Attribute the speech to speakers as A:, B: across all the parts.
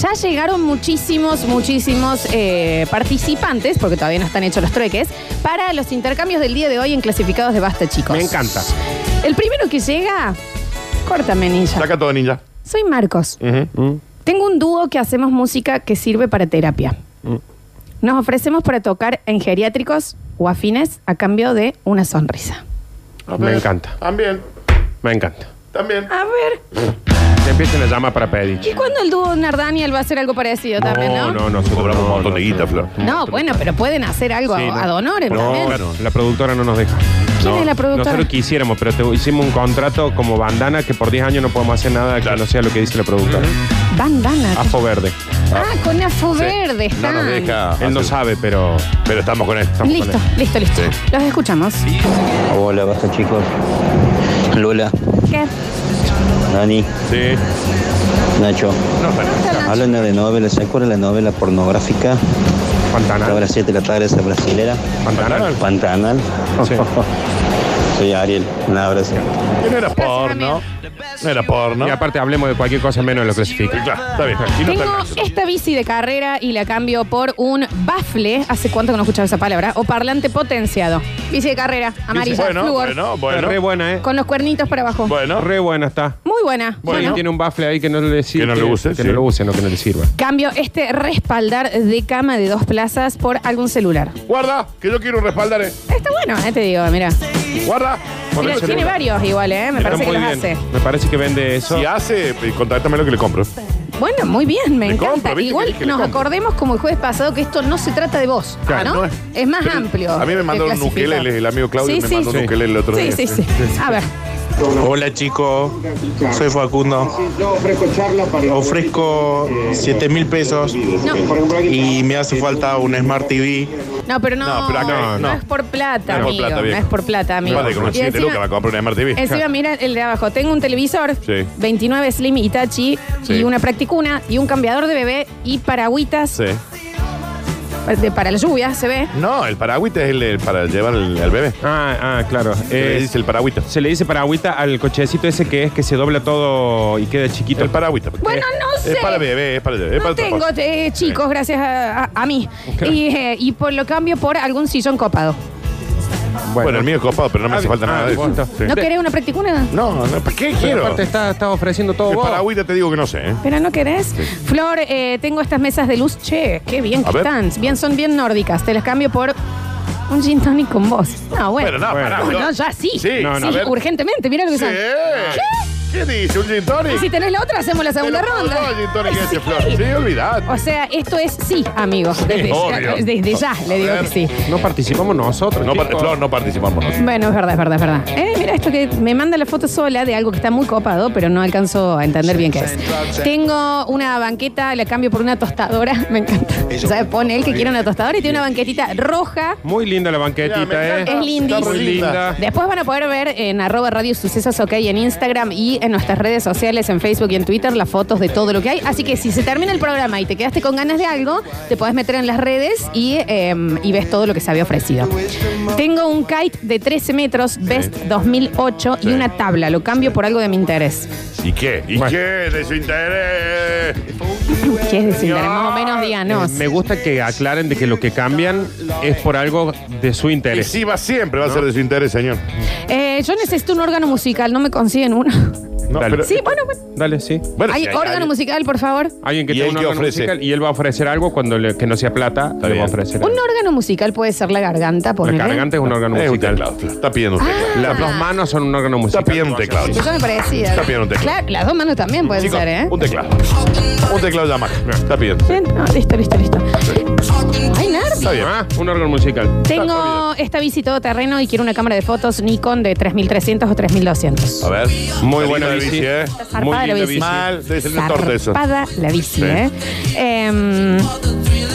A: Ya llegaron muchísimos, muchísimos eh, participantes, porque todavía no están hechos los trueques, para los intercambios del día de hoy en clasificados de Basta, chicos.
B: Me encanta.
A: El primero que llega, córtame, ninja.
B: Saca todo, ninja.
A: Soy Marcos.
C: Mm.
A: Tengo un dúo que hacemos música que sirve para terapia.
B: Mm.
A: Nos ofrecemos para tocar en geriátricos o afines a cambio de una sonrisa.
B: A ver. Me encanta.
C: Ah, pues, También,
B: Me encanta.
C: también.
A: A ver,
B: Que empiecen a llamar para pedir.
A: ¿y cuándo el dúo Nardaniel va a hacer algo parecido también, no?
B: no, nosotros
C: Cobramos un montón de
B: no,
C: guita,
B: no.
C: Flor.
A: No, bueno, pero pueden hacer algo
B: Sí,
A: a-
B: no.
A: ad honorem
B: No,
A: también.
B: claro, la productora no nos deja.
A: ¿Quién
B: No,
A: es la productora?
B: Nosotros quisiéramos, pero te- hicimos un contrato como bandana que por 10 años no podemos hacer nada
C: Claro.
B: que no sea lo que dice la productora.
A: Bandana.
B: Afo Verde.
A: Ah, con afo
C: Sí.
A: verde
C: No
A: están.
C: nos deja.
B: Él no
C: hacer-
B: sabe, pero.
C: Pero estamos con él.
A: Listo, listo, listo.
C: Sí.
A: Los escuchamos.
D: Hola, basta chicos. Lola,
A: ¿Qué?
D: Dani,
C: Sí.
D: Nacho.
C: No, pero-
D: Hablan de novelas, ¿se acuerdan de la novela pornográfica?
B: Pantanal.
D: Ahora 7 de la tarde, esa brasilera.
B: Pantanal.
D: Pantanal.
B: Sí.
D: Soy Ariel, un abrazo.
C: No era porno. No era porno.
B: Y aparte hablemos de cualquier cosa menos de lo
C: Sí,
B: clasifica.
C: claro, está bien. Y no está el
A: Tengo
C: caso.
A: esta bici de carrera y la cambio por un bafle. ¿Hace cuánto que no escuchaba esa palabra? O parlante potenciado. Bici de carrera, amarilla,
C: Bueno,
A: flúor,
C: bueno, bueno.
B: Re buena, ¿eh?
A: Con los cuernitos para abajo.
C: Bueno,
B: Re buena está.
A: Muy buena.
B: Bueno.
A: Bueno.
B: tiene un bafle ahí que no le sirve.
C: Que no lo use,
B: Que
C: sí.
B: no lo use, no que no le sirva.
A: Cambio este respaldar de cama de dos plazas por algún celular.
C: guarda, que yo quiero un respaldar, eh.
A: Está bueno, eh, te digo, mira.
C: Guarda.
B: Por
A: Mira,
B: el
A: tiene
B: celular.
A: varios igual, ¿eh? Me
B: Está
A: parece que
B: muy
A: los
B: bien.
A: hace.
B: Me parece que vende eso.
C: Si hace, eh, contáctame lo que le compro.
A: Bueno, muy bien, me
C: Le
A: encanta.
C: compro, ¿viste? Que
A: Igual
C: dije que le
A: nos
C: compro.
A: acordemos como el jueves pasado que esto no se trata de vos,
B: Claro,
A: ¿no?
C: no
A: es,
C: es.
A: más
C: Pero
A: amplio.
C: A mí me
A: que
C: mandó un
A: clasificar.
C: ukelele, el amigo Claudio
A: Sí,
C: me
A: sí.
C: mandó
B: Sí.
C: un ukelele el otro
A: Sí,
C: día.
A: sí, sí. A ver,
E: Hola chicos, soy Facundo. Ofrezco 7 mil pesos
A: no,
E: y me hace falta un Smart TV.
A: no, pero no,
C: No, pero acá
A: no,
B: no,
C: no.
A: es por plata,
C: No es
A: amigo,
C: por plata,
A: no
C: viejo.
A: es por plata, amigo.
C: Vale, con
A: Y
C: 7
A: encima-
C: lucas va a comprar una Smart TV.
A: Encima, mira el de abajo. Tengo un televisor,
C: Sí.
A: 29 Slim Itachi
C: Sí.
A: y una practicuna y un cambiador de bebé y paraguitas
C: Sí.
A: de- para la lluvia, se ve.
C: No, el paragüita es el, el para llevar al, al bebé.
B: Ah, ah, claro.
C: Se le
B: Es-
C: dice el paragüita.
B: se le dice paragüita al cochecito ese que es que se dobla todo y queda chiquito.
C: El paragüita.
A: Bueno, no sé.
C: Es para bebé, es para bebé. es para
A: No
C: otra
A: tengo
C: cosa.
A: eh, chicos, gracias a, a- a mí. Y, eh, y por lo cambio por algún sillón copado.
C: Bueno, el mío es copado, pero no me
B: Ah,
C: hace falta
B: ah,
C: nada de
B: bueno.
C: eso. Sí.
A: ¿No querés una practicuna?
C: No, no, ¿para qué
B: Pero
C: quiero?
B: aparte está, está ofreciendo todo
C: El
B: vos.
C: paragüita te digo que no sé. ¿eh?
A: ¿Pero no querés? Flor, eh, tengo estas mesas de luz. Che, qué bien
C: A
A: que
C: ver.
A: están. Bien, son bien nórdicas. Te las cambio por un gin tonic con vos. No, bueno.
C: Pero no,
B: Bueno.
C: pará.
A: No,
C: yo-
A: no, ya sí.
C: Sí,
B: No, no, a
A: Sí,
B: ver.
A: urgentemente. Mira lo que
C: Sí.
A: son.
C: ¿Qué dice? ¿Un gin tonic?
A: Y si tenés la otra, hacemos la segunda
C: Te lo
A: ronda.
C: pongo, gin tonic, ese,
A: Sí.
C: Flor. Sí, olvidate.
A: O sea, esto es sí, amigo. Desde, ya,
C: obvio.
A: desde ya le digo
C: A
A: que
C: ver.
A: sí.
B: No participamos nosotros.
C: No, par-
B: chicos.
C: Flor, no participamos nosotros.
A: Bueno, es verdad, es verdad, es verdad. Eh, mira esto que me manda la foto sola de algo que está muy copado, pero no alcanzo a entender bien qué es. Tengo una banqueta, la cambio por una tostadora. Me encanta. O sea, pone él que quiere una tostadora y tiene una banquetita roja.
B: Muy linda la banquetita,
C: Mira, me
B: ¿eh?
C: encanta.
A: Es lindísima.
B: Está muy linda.
A: Después van a poder ver en arroba radio sucesos ok en Instagram y en nuestras redes sociales, en Facebook y en Twitter, las fotos de todo lo que hay. Así que si se termina el programa y te quedaste con ganas de algo, te podés meter en las redes y, eh, y ves todo lo que se había ofrecido. Tengo un kite de 13 metros, Best 2008, y
C: Sí.
A: una tabla. Lo cambio por algo de mi interés.
C: ¿Y qué? ¿Y
B: Bueno.
C: qué de su interés?
A: ¿Qué es decir? Más o menos díganos.
B: Eh, me gusta que aclaren de que lo que cambian es por algo de su
C: Y
B: interés.
C: sí va siempre, va a ser de su interés, señor.
A: Eh, yo necesito un órgano musical, no me consiguen uno.
C: No,
B: Dale.
C: pero-
A: Sí, bueno, bueno.
B: Dale, sí.
C: Bueno,
A: ¿Hay
C: si hay
A: órgano
C: alguien-
A: musical, por favor?
B: Alguien que
C: ¿Y
B: tenga
C: él
B: un
C: qué
B: órgano
C: ofrece?
B: musical y él va a ofrecer algo cuando le- que no sea plata, le va
C: bien.
B: a ofrecer.
A: Un
B: algo.
A: órgano musical puede ser la garganta, por
B: La garganta es un órgano
C: Es un
B: musical.
C: teclado, Flor. Está pidiendo
A: Ah.
C: un teclado.
B: Las dos manos son un órgano musical.
C: Está pidiendo un teclado.
A: Yo me parecía.
C: Está pidiendo un teclado.
A: Claro, las dos manos también pueden
C: Chicos,
A: ser, ¿eh?
C: Un teclado. Un teclado Yamaha. Está pidiendo.
A: Bien, no, listo, listo, listo. Ay, Nardi.
C: Está bien.
B: Ah, un órgano musical.
A: Tengo esta bici todoterreno y quiero una cámara de fotos Nikon de 3300 o 3200.
C: A ver.
B: Muy
C: Está
B: buena
C: linda la
B: bici.
C: ¿eh?
A: Zarpada
B: Muy
A: la
B: linda
A: bici.
B: bici.
C: Mal, debe ser un torte eso.
A: Zarpada la bici,
C: Sí.
A: ¿eh? Em,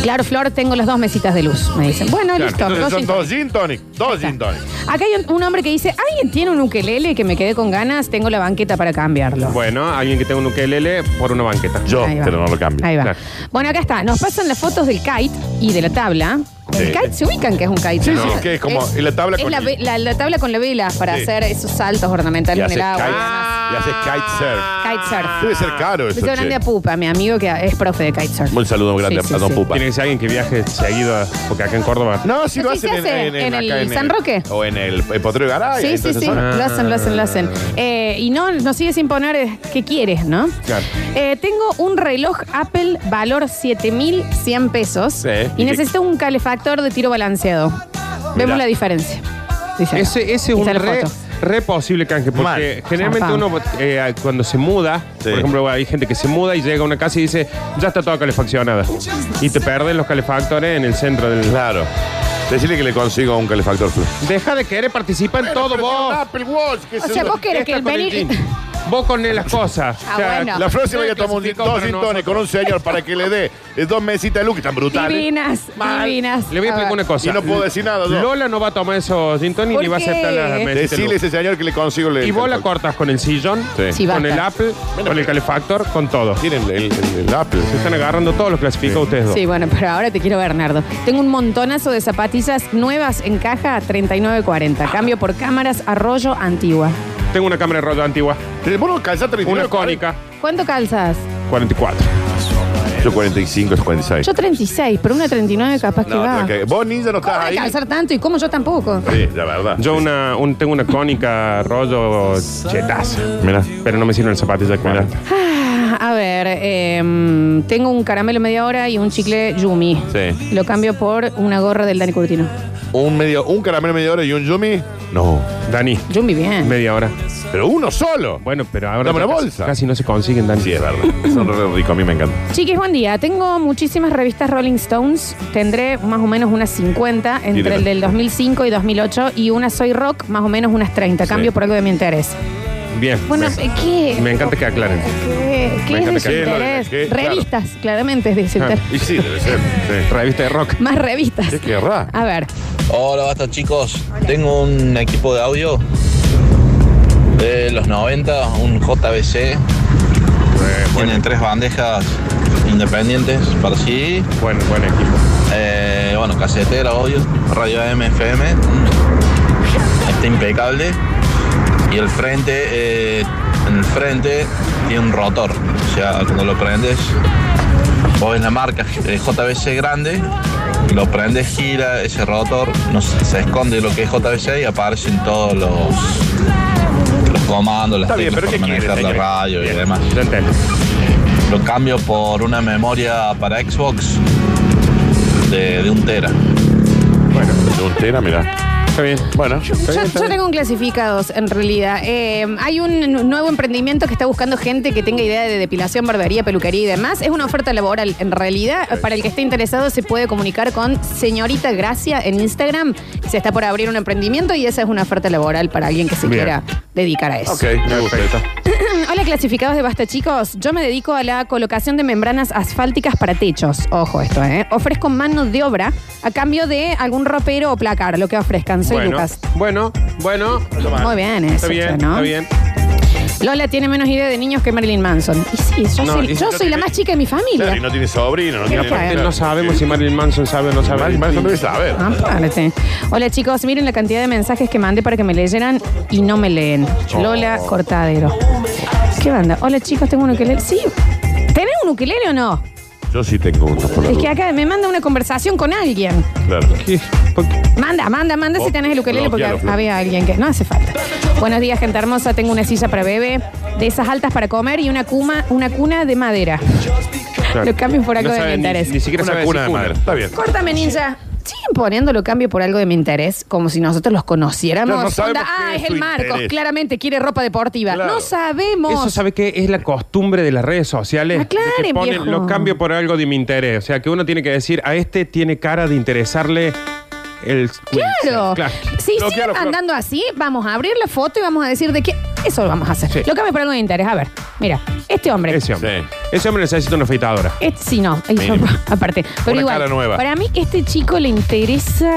A: claro, Flor, tengo las dos mesitas de luz, me dicen. Bueno,
B: Claro,
A: listo.
C: Entonces
A: dos
C: son
A: cinco-
C: dos gin tonic. Dos gin tonic.
A: Acá hay un, un hombre que dice, ¿alguien tiene un ukelele que me quedé con ganas? Tengo la banqueta para cambiarlo.
B: Bueno, alguien que tenga un ukelele por una banqueta.
C: Yo,
A: Ahí va.
C: pero no lo cambio.
A: Ahí va.
B: Claro.
A: Bueno, acá está. Nos pasan las fotos del kite y de la tabla. El
C: Sí.
A: kite se ubican que es un kite.
C: Sí,
A: ¿no?
C: sí, que es como- y la tabla
A: es
C: con-
A: la, ve- la- la tabla con la vela para
C: Sí.
A: hacer esos saltos
C: Y
A: ornamentales en
C: haces
A: el agua.
C: kite,
A: y
C: y haces
A: Ah.
C: kitesurf.
A: demás. Kitesurf.
C: Debe ser caro
A: Le
C: eso.
A: llevo grande a Pupa, mi amigo que es profe de kitesurf.
C: Un saludo grande
A: Sí, sí,
C: a Don
A: sí.
C: Pupa.
B: Tiene que ser alguien que viaje seguido, a- porque acá en Córdoba.
C: No, si lo
A: Sí,
C: hacen
A: se
C: en,
A: hace
C: en-
A: en
C: acá
A: el San Roque.
C: O en el, el Potrero de Garay.
A: Sí,
C: en
A: sí,
C: toda esa
A: sí, Ah.
C: zona.
A: lo hacen, lo hacen, lo hacen. Eh, y no, nos sigues sin poner eh, qué quieres, ¿no?
B: Claro.
A: Eh, tengo un reloj Apple valor 7100 pesos
C: Sí.
A: y necesito un calefactor de tiro balanceado. Vemos
C: Mirá.
A: la diferencia. Dice.
B: Ese, ese es
A: Y
B: un
A: sale
B: re,
A: foto.
B: re posible canje, porque
C: Mal.
B: generalmente
A: Zarpado.
B: uno eh, cuando se muda,
C: Sí.
B: por ejemplo, hay gente que se muda y llega a una casa y dice, ya está toda calefaccionada. Y te pierden los calefactores en el centro del...
C: Claro. Decirle que le consigo un calefactor. Plus.
B: Deja de querer participar en todo vos.
C: Apple Watch.
A: O sea, vos querés que el venir...
B: Vos con él las cosas.
A: Ah, bueno.
C: La Flor se
B: voy
C: vaya a tomar un, dos cintones con un señor para que le dé eh, dos mesitas de luz que están brutales.
A: Divinas,
C: Mal.
A: divinas.
B: Le voy a explicar una cosa.
C: Y no puedo decir nada, yo.
B: Lola no va a tomar esos gin tonic
A: ¿Por
B: ni va a
A: qué?
B: aceptar las mesitas
C: Decirle a ese señor que le consigo el.
B: Y vos la
C: corta.
B: cortas con el sillón,
C: Sí.
A: Sí,
B: con
A: basta.
B: el Apple, con el calefactor, con todo.
C: Tiene el, el- el- el Apple.
B: Se están agarrando todos los clasificados ustedes dos.
A: Sí, bueno, pero ahora te quiero ver, Nardo. Tengo un montonazo de zapatillas nuevas en caja a
C: Ah.
A: 39.40. Cambio por cámaras arroyo antigua.
B: Tengo una cámara de rollo antigua,
C: Te- Vos no calzás 39.
B: una cónica,
A: ¿Cuánto calzas?
B: 44.
C: Yo 45, es 46.
A: Yo 36, pero una 39 capaz que
C: no,
A: va.
C: no, Ah, que- vos ninja no
A: ¿Cómo
C: estás
A: voy
C: ahí.
A: a calzar tanto y cómo yo tampoco?
C: Sí, la verdad.
B: Yo una, un- tengo una cónica rollo chetaza,
C: Mirá.
B: pero no me sirve el zapatilla de 40.
A: Ah, A ver, em, tengo un caramelo media hora y un chicle Yumi.
C: Sí.
A: Lo cambio por una gorra del Dani Curtino.
C: Un, medio, un caramelo media hora y un yumi. No.
B: Dani,
A: Yumi, bien.
B: media hora.
C: Pero uno solo.
B: Bueno, pero ahora
C: Dame una
B: ya casi-
C: bolsa.
B: casi no se consiguen, Dani.
C: Sí, es verdad. Son re ricos, a mí me encanta.
A: Chiquis, buen día. Tengo muchísimas revistas Rolling Stones. Tendré más o menos unas 50 entre
C: Tírela.
A: el del 2005 y 2008 y una Soy Rock, más o menos unas 30. Cambio por algo de mi interés.
B: Bien.
A: Bueno,
B: me,
A: eh, ¿qué?
B: me encanta que aclaren.
A: ¿Qué, qué
B: Me
A: es de
B: encanta
A: su
B: que-
A: interés?
C: ¿Qué? Claro.
A: Revistas, claramente es de su interés.
C: Y sí, debe ser. Sí.
B: Revista de rock.
A: Más revistas.
C: ¿Qué querrá?
A: A ver,
F: Hola, basta chicos. Tengo un equipo de audio de los 90, un JBC. Tienen tres bandejas independientes para sí.
B: Bueno, buen equipo.
F: Eh, bueno, casetera, obvio. Radio MFM. Está impecable. Y el frente, eh, en el frente tiene un rotor. O sea, cuando lo prendes, vos ves la marca eh, JBC grande, lo prendes, gira ese rotor, no sé, se esconde lo que es JBC y aparecen todos los, los comandos, las
C: Está bien, pero
F: teclas
C: ¿qué
F: para
C: quiere,
F: manejar la
C: señor?
F: radio y
C: Bien.
F: demás.
B: Ya entiendo.
F: Lo cambio por una memoria para Xbox de, de un tera.
B: Bueno,
C: De un tera, mirá.
B: está bien.
C: Bueno.
A: yo, yo tengo un clasificados en realidad. Eh, hay un n- nuevo emprendimiento que está buscando gente que tenga idea de depilación, barbería, peluquería y demás. Es una oferta laboral en realidad. Para el que esté interesado se puede comunicar con señorita Gracia en Instagram. Se está por abrir un emprendimiento y esa es una oferta laboral para alguien que se
B: Bien.
A: quiera dedicar a eso. Mm,
C: Ok, me gusta esta.
A: Hola clasificados de Basta chicos, yo me dedico a la colocación de membranas asfálticas para techos, ojo esto, ¿eh? Ofrezco mano de obra a cambio de algún ropero o placar, lo que ofrezcan, soy
B: bueno,
A: Lucas.
B: bueno, bueno.
A: Muy bien eso,
B: Está bien,
A: ¿no?
B: está bien.
A: Lola tiene menos idea de niños que Marilyn Manson. Y sí, yo
B: No,
A: soy,
B: y si
A: yo
B: no
A: soy la
C: tiene-
A: más chica de mi familia.
C: Claro, y no tiene sobrino, no
A: ¿Qué
C: tiene.
A: fue?
B: Eh,
C: claro.
B: No sabemos
C: Sí.
B: si Marilyn Manson sabe o no sabe.
C: Marilyn Manson debe saber.
A: Ah, Aparte. Hola chicos, miren la cantidad de mensajes que mandé para que me leyeran y no me leen. Lola Cortadero. ¿Qué banda? Hola chicos, tengo un ukelele. Sí, ¿tenés un ukelele o no?
C: Yo sí tengo uno, por la
A: Es que
C: duda.
A: acá me manda una conversación con alguien.
C: Claro.
B: ¿Qué? ¿Por qué?
A: Manda, manda, manda si
C: Oh,
A: tenés el ukelele porque
C: bloquealo, Flor.
A: había alguien que no hace falta. Buenos días, gente hermosa. Tengo una silla para bebé, de esas altas para comer y una cuna, una cuna de madera. Lo cambio por algo
B: No
A: de mi
B: sabe ni-
A: interés.
B: Ni, siquiera
C: Una
B: sabe
C: cuna de
B: decir
C: madre. Está bien.
A: Córtame, ninja. Siguen poniendo lo cambio por algo de mi interés, como si nosotros los conociéramos.
C: Claro, no sabemos
A: Onda, ah,
C: qué es
A: es el
C: su
A: Marcos,
C: interés.
A: claramente quiere ropa deportiva.
C: Claro.
A: No sabemos.
B: Eso sabe que es la costumbre de las redes sociales.
A: Aclaren,
B: De que
A: Ah, viejo.
B: Lo cambio por algo de mi interés. O sea, que uno tiene que decir, a este tiene cara de interesarle el...
A: Claro.
B: Claro.
A: Si
C: Bloquealo,
A: siguen
C: Flor.
A: andando así, vamos a abrir la foto y vamos a decir de qué. Eso lo vamos a hacer.
B: Sí.
A: Lo que me pregunta interés, a ver, mira, este hombre.
B: Ese hombre. Ese hombre necesita una afeitadora.
A: Este, sí, no, ahí
C: Mínimo.
A: yo- aparte. Pero
C: Una
A: igual,
C: cara nueva.
A: para mí este chico le interesa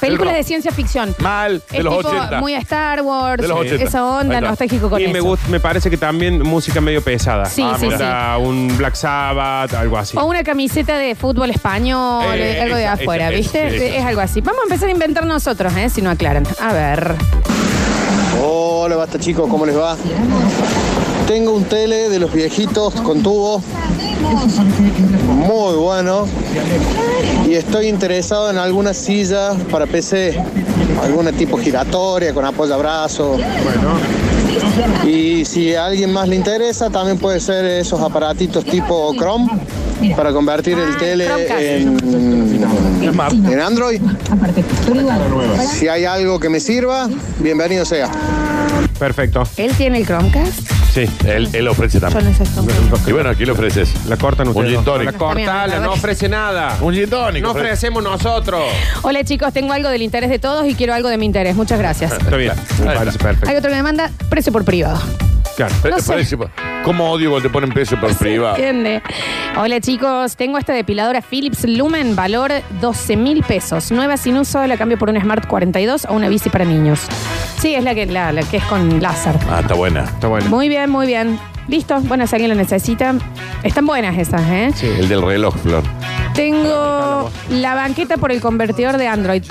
A: películas
C: El
A: de
C: rock.
A: ciencia ficción.
C: Mal, de
A: es
C: los
A: tipo
C: 80.
A: muy a Star Wars,
C: De los 80.
A: esa onda
C: Ahí está.
A: nostálgico con
B: Y
A: eso.
B: me, gust- me parece que también música medio pesada.
A: Sí, sí,
B: Onda, Un Black Sabbath, algo así.
A: O una camiseta de fútbol español,
C: Eh,
A: algo de
C: esa,
A: afuera,
C: esa,
A: ¿viste?
C: esa, esa.
A: Es algo así. Vamos a empezar a inventar nosotros, ¿eh? Si no aclaran. A ver.
G: Hola, basta chicos, ¿cómo les va? Tengo un tele de los viejitos con tubo, muy bueno, y estoy interesado en alguna silla para PC, alguna tipo giratoria con apoyo brazo. Y si a alguien más le interesa, también puede ser esos aparatitos tipo Chrome para convertir el tele
A: Chromecast.
G: en, en Android. Si hay algo que me sirva, bienvenido sea.
B: Perfecto.
A: ¿Él tiene el Chromecast?
B: Sí.
C: Él, él ofrece
A: Yo
C: también.
A: no sé cómo.
C: Y bueno, aquí le ofreces.
B: La cortan ustedes.
C: gin
B: dos.
C: tonic.
B: La cortala, no ofrece nada.
C: Un gin tonic.
B: No
C: ofrece.
B: ofrecemos nosotros.
A: Hola chicos, tengo algo del interés de todos y quiero algo de mi interés. Muchas gracias.
B: Está bien. Me parece
A: Hay
B: perfecto.
A: otro que me manda precio por privado.
B: Claro.
A: No sé.
C: Parece- ¿Cómo odio cuando te ponen peso por privado?
A: ¿Entiende? Hola chicos, tengo esta depiladora Philips Lumen, valor 12 mil pesos. Nueva sin uso, la cambio por una Smart 42 o una bici para niños. Sí, es la que, la, la que es con láser.
C: Ah, está buena.
B: Está bueno.
A: Muy bien, muy bien. Listo. Bueno, si alguien lo necesita. Están buenas esas, ¿eh?
C: Sí. El del reloj, Flor.
A: Tengo la banqueta por el convertidor de Android.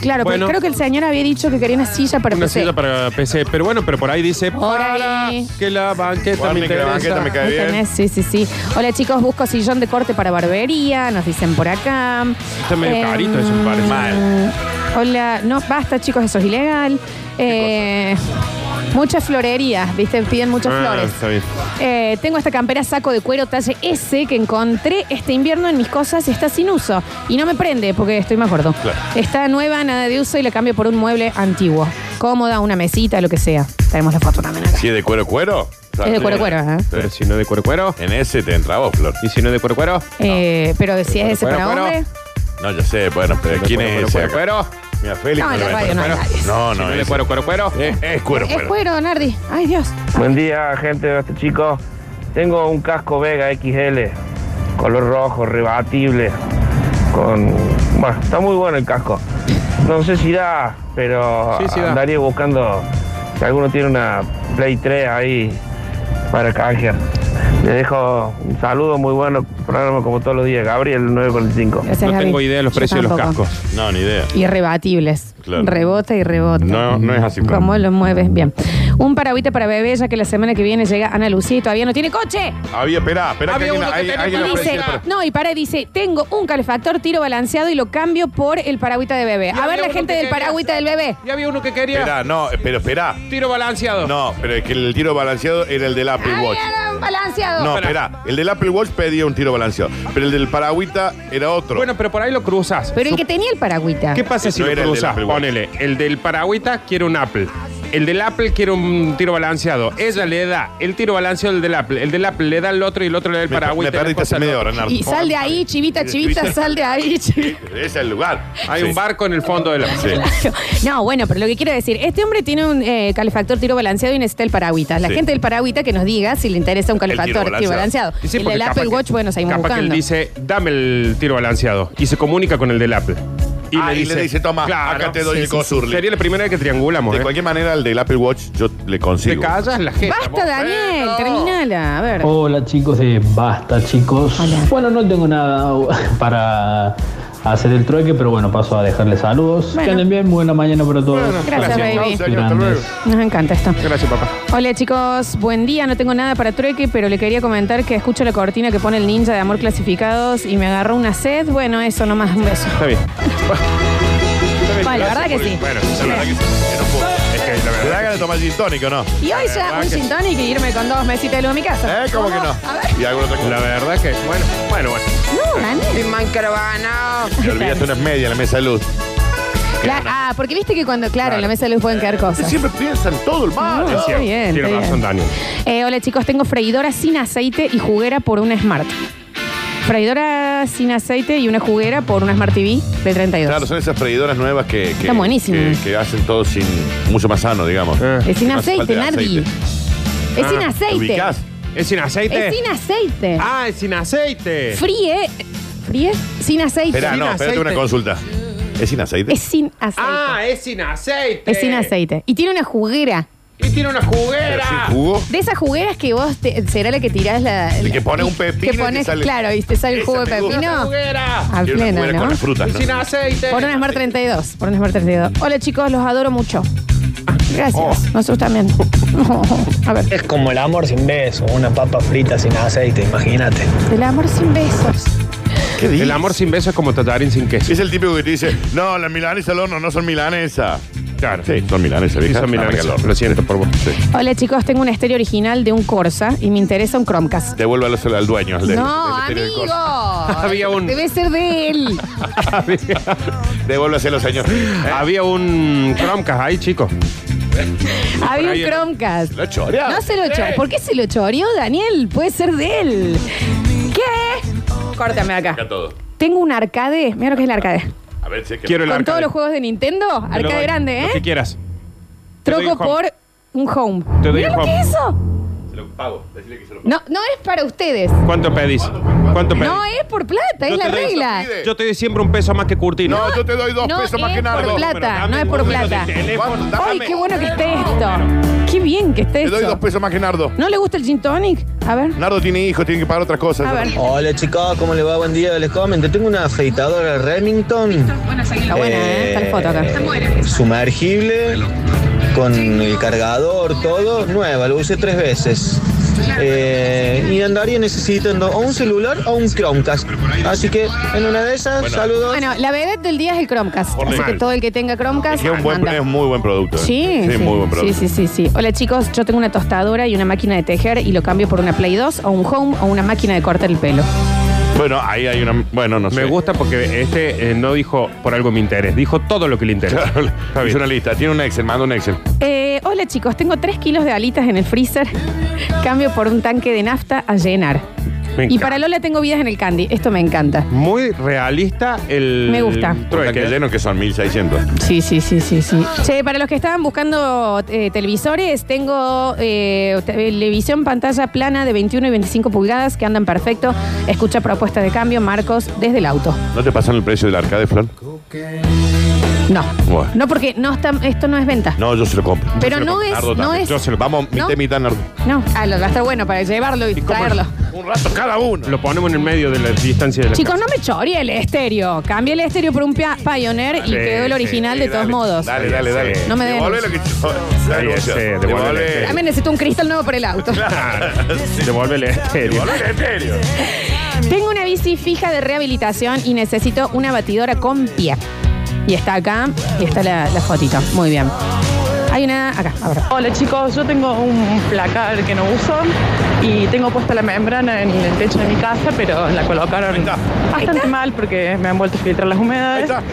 A: Claro,
B: Bueno.
A: pero creo que el señor había dicho que quería una silla para
B: Una
A: PC.
B: silla para PC. Pero bueno, pero por ahí dice
A: Por ahí.
B: para que la banqueta me
C: Guarden que la
B: interesa.
C: banqueta me cae.
A: Ahí
C: bien.
A: tenés, Sí, sí, sí. Hola chicos, busco sillón de corte para barbería, nos dicen por acá.
B: Está Este medio
A: Eh,
B: carito eso, me parece. Mal.
A: Hola, no, basta chicos, eso es ilegal. Eh, muchas florerías, viste, piden muchas
B: Ah,
A: flores.
B: está bien.
A: Eh, tengo esta campera saco de cuero talle S que encontré este invierno en mis cosas y está sin uso. Y no me prende porque estoy más gordo.
C: Claro.
A: Está nueva, nada de uso y la cambio por un mueble antiguo. Cómoda, una mesita, lo que sea. Tenemos la foto también acá.
C: Si es de cuero cuero.
A: Es de cuero cuero, ¿eh?
B: Pero si no de cuero cuero.
C: En ese te entra vos, Flor.
B: Y si no de cuero cuero.
A: Eh, pero si es ese
B: Bueno,
A: para
B: bueno.
A: hombre.
C: No, ya sé, bueno, pero
B: de
C: ¿quién
B: cuero,
C: es
B: cuero,
C: ese?
B: cuero,
C: acá?
B: cuero.
C: Mira, Félix.
A: No, en la
C: me lo
A: radio no hay
C: encuentro.
A: nadie.
C: No, no,
B: Si de
C: ese.
B: cuero cuero cuero.
C: Es, es cuero
A: Es
C: cuero.
A: cuero, Nardi. Ay, Dios.
H: Buen día, gente de este chico. Tengo un casco Vega XL, color rojo, rebatible. Con. Bueno, está muy bueno el casco. No sé si da, pero
B: Sí, sí da.
H: andaría buscando si alguno tiene una Play 3 ahí para canjear. Le dejo un saludo muy bueno, programa como todos los días, Gabriel 945.
A: Ah, Gracias,
B: No
A: Gaby.
B: tengo idea de los
A: Yo
B: precios de los
A: tampoco.
B: cascos.
C: No, ni idea.
A: Irrebatibles.
C: Claro.
A: Rebota y rebota.
C: No, no es así, Flor.
A: ¿Cómo lo mueves? Bien. Un paragüita para bebé, ya que la semana que viene llega Ana Lucía y todavía no tiene coche.
C: Había, esperá, esperá
B: Había
C: que alguien,
B: uno que
C: hay-
B: tenía
C: alguien
A: Y
B: que
C: ofreció
A: dice,
C: para-
A: no, y para, y dice, tengo un calefactor tiro balanceado y lo cambio por el paragüita de bebé. A
B: había
A: ver la
B: uno
A: gente
B: que
A: del
B: quería.
A: paragüita del bebé.
B: Y había uno que quería
C: Esperá, no, pero esperá.
B: tiro balanceado.
C: No, pero es que el tiro balanceado era el del Apple Watch.
A: Había un balanceado.
C: No, esperá. El del Apple Watch pedía un tiro balanceado. Pero el del paragüita era otro.
B: Bueno, pero por ahí lo cruzas.
A: Pero el que tenía el paragüita.
B: ¿Qué pasa si
C: No
B: lo
C: era el del
B: cruzas?
C: Apple Watch.
B: Ponele, el del paragüita quiere un Apple. El del Apple quiere un tiro balanceado. Ella le da el tiro balanceado al del Apple. El del Apple le da al otro y el otro le da el
C: me, me
B: paragüita. y la
C: perdiste
B: cosa
C: hace media
B: no-
C: hora, Nardo.
A: Y sal de ahí, chivita, chivita, sal de ahí, chivita.
C: Ese es el lugar.
B: Hay
C: Sí.
B: un barco en el fondo del
C: Sí.
B: Apple.
A: No, bueno, pero lo que quiero decir, este hombre tiene un eh, calefactor tiro balanceado y necesita el paragüita. La
C: Sí.
A: gente del paragüita que nos diga si le interesa un
C: tiro
A: calefactor tiro balanceado.
C: balanceado.
B: Y sí,
A: el
B: porque
A: del
B: capaz
A: Apple
B: que-
A: Watch, bueno, seguimos
B: Capaz que
A: buscando.
B: él dice, dame el tiro balanceado. Y se comunica con el del Apple.
C: Ah, y le dice, "Toma, acá te doy el cosurli".
B: Sería la primera vez que triangulamos.
C: De
B: ¿eh?
C: cualquier manera, el del Apple Watch yo
B: Te
C: le consigo.
B: callas la gente.
A: Basta, Daniel, terminala. A
B: Oh.
A: ver.
F: Hola chicos de Basta chicos.
A: Hola.
F: Bueno, no tengo nada para hacer el trueque, pero bueno, paso a dejarles saludos.
A: Bueno.
F: Que anden bien, buena mañana para todos.
A: Gracias, baby.
C: Chao, señor, hasta luego.
A: Nos encanta esto.
B: Gracias, papá.
A: Hola chicos, buen día, no tengo nada para trueque, pero le quería comentar que escucho la cortina que pone el ninja de amor clasificados y me agarró una sed. Bueno, eso nomás, un beso.
B: Está bien.
A: Bueno, la verdad que sí.
C: Bueno, la verdad que sí. Que no puedo. Es que la verdad. ¿Te da ganas de tomar gin tónico o no?
A: Y hoy ya un gin tonic y irme con dos mesitas de luz a mi casa.
C: ¿Eh? ¿Cómo que no?
A: A ver.
C: Y alguna otra cosa.
B: La verdad que, bueno, bueno, bueno.
A: No, Daniel.
C: Te olvidaste unas medias en la mesa de luz.
A: Claro, ah, porque viste que cuando, claro, en la mesa de luz pueden caer
C: Ustedes
A: cosas.
C: Siempre piensan todo el mal.
A: No, está bien,
B: Tiene
A: está
B: razón,
A: bien.
B: Daniel.
A: Eh, hola chicos, tengo freidora sin aceite y juguera por una Smart. Freidora sin aceite y una juguera por una Smart TV de 32.
C: Claro, son esas freidoras nuevas que, que,
A: Están buenísimas.
C: que- que hacen todo sin mucho más sano, digamos.
B: Eh.
A: Es sin
C: No hace falta
A: aceite,
C: de
A: Nardi.
C: aceite.
A: Es sin
B: Ah,
A: aceite.
C: ubicás?
B: ¿Es sin aceite?
A: Es sin aceite.
B: Ah, es sin aceite.
A: Fríe. Fríe. Sin aceite.
C: Espera,
B: Sin
C: no, espérate
B: aceite.
C: una consulta. ¿Es sin aceite?
A: Es sin aceite.
B: Ah, es sin aceite.
C: este.
A: es sin aceite. Y tiene una juguera.
B: Y tiene una
C: ¿Pero sin
B: juguera.
C: jugo?
A: De esas jugueras que vos te- será la que tirás la.
C: El que pone
A: y-
C: un pepino y
A: Que
C: te
A: pones,
C: sale-
A: claro, y te sale el
C: Esa
A: jugo de
C: me gusta.
B: Una
A: pepino.
B: juguera.
A: A
C: Quiero una
A: pleno,
C: juguera
A: ¿no?
C: con las frutas,
B: Y sin
C: ¿no?
B: aceite.
A: Ah. Por una Smart 32. Por una Smart 32. Hola chicos, los adoro mucho. Gracias.
C: Oh.
A: Nosotros también. A ver.
I: Es como el amor sin beso, una papa frita sin aceite, imagínate.
A: El amor sin besos.
C: ¿Qué dices?
B: El amor sin beso es como tatarín sin queso.
C: Es el típico que te dice, no, las milanesas al horno no son milanesas.
B: Claro.
C: Sí, son milanesas,
B: Sí,
C: vieja.
B: son milanesas.
C: Arranca el horno.
B: Lo siento por vos.
C: Sí.
A: Hola chicos, tengo un estéreo original de un Corsa y me interesa un Chromecast.
C: Devuélvalo solo al dueño. al de-
A: No,
C: del exterior del
A: amigo.
C: corte.
B: Había un-
A: Debe ser de él.
C: Devuélvaselo, señor. Eh,
B: Había un Chromecast ahí, chicos.
A: Había
B: ahí
A: un
B: era.
A: Chromecast.
C: ¿Lo chorea?
A: No se lo choreó. ¿Por qué se lo choreó, Daniel? Puede ser de él. ¿Qué? Córtame acá.
C: Acá todo.
A: Tengo un arcade. Mira lo que es el arcade.
C: A ver, sé que...
B: Quiero el
A: Con todos
B: arcade.
A: los juegos de Nintendo,
B: Te lo
A: arcade
B: doy.
A: grande,
B: Lo que
A: ¿eh?
B: quieras. Te doy
A: Troco
B: el home.
A: por un home.
B: Te doy
A: Mirá
B: el
A: lo
B: home.
A: que es eso?
C: Se lo pago. Decirle que se lo pago.
A: No, no es para ustedes.
B: ¿Cuánto pedís? ¿Cuánto pedís?
A: No es por plata,
B: Yo
A: es la
B: te doy eso,
A: regla.
C: pide.
B: Yo te doy siempre un peso más que Curtino.
C: No, yo te doy dos
A: No
C: pesos más
A: es
C: que nada.
A: por plata, no es por plata. Ay, qué bueno que esté esto. Qué bien que esté
C: Te
A: esto.
C: doy dos pesos más que Nardo.
A: ¿No le gusta el gin tonic? A ver,
C: Nardo tiene hijos, tiene que pagar otras cosas.
A: a ver.
I: Hola chicos, ¿cómo les va? Buen día, les comento. Tengo una afeitadora Remington
A: Está buena, ¿eh? Está la foto acá.
I: sumergible con el cargador, todo, nueva, lo usé tres veces. Eh, y andaría necesitando o un celular o un Chromecast. Así que en una de esas, saludos.
A: Bueno, la verdad del día es el Chromecast.
C: Por
A: así
C: mal.
A: que todo el que tenga Chromecast.
C: Es, un buen,
A: manda.
C: es muy buen producto. ¿eh?
A: Sí,
C: sí, muy buen
A: sí,
C: producto.
A: sí, sí, sí. Hola chicos, yo tengo una tostadora y una máquina de tejer y lo cambio por una Play 2 o un Home o una máquina de cortar el pelo.
C: Bueno, ahí hay una. Bueno, no sé.
B: Me gusta porque este eh, no dijo por algo me interés, dijo todo lo que le interesa.
C: Claro,
B: Está
C: hizo
B: bien.
C: una lista. Tiene un Excel, manda un Excel.
A: Eh, hola chicos, tengo 3 kilos de alitas en el freezer. Cambio por un tanque de nafta a llenar.
B: Me
A: Y
B: encanta.
A: para Lola tengo vidas en el candy. Esto me encanta.
B: Muy realista el.
A: Me gusta.
B: el
C: Trueque.
B: trueque.
C: Que lleno que son 1600.
A: Sí, sí, sí, sí, sí. Che, para los que estaban buscando eh, televisores, tengo eh, televisión pantalla plana de 21 y 25 pulgadas que andan perfecto. Escucha propuestas de cambio, Marcos, desde el auto.
C: ¿No te pasan el precio del arcade, Flor?
A: No.
C: Bueno.
A: No, porque no está, esto no es venta.
C: No, yo se lo compro. Yo
A: Pero
C: se lo
A: no
C: compro.
A: es-
C: Nardo
A: no
C: también.
A: es-
C: Yo se lo Vamos,
A: ¿no?
C: mitad y mitad, Nardo.
A: No. Ah, lo- va a estar bueno para llevarlo y,
B: cómo
A: traerlo.
C: Un rato cada uno.
B: Lo ponemos en el medio de la distancia de la
A: Chicos, no me chorie el estéreo. Cambié el estéreo por un pia- Pioneer y quedó el original de todos modos.
C: Dale, dale, dale.
B: Sí.
A: No me den.
C: Devolve lo que
B: Dale,
C: yo.
B: sí, devuélvele.
A: También necesito un cristal nuevo por el auto.
B: casa. Devuélvele este.
C: Devolve, en serio.
A: Tengo una bici fija de rehabilitación y necesito una batidora con pie. Y está acá, y está la, la fotito. Muy bien. Hay una acá, ahora.
J: Hola chicos, yo tengo un placar que no uso y tengo puesta la membrana en el techo de mi casa, pero la colocaron
C: está.
J: bastante mal porque me han vuelto a filtrar las humedades.
C: Ahí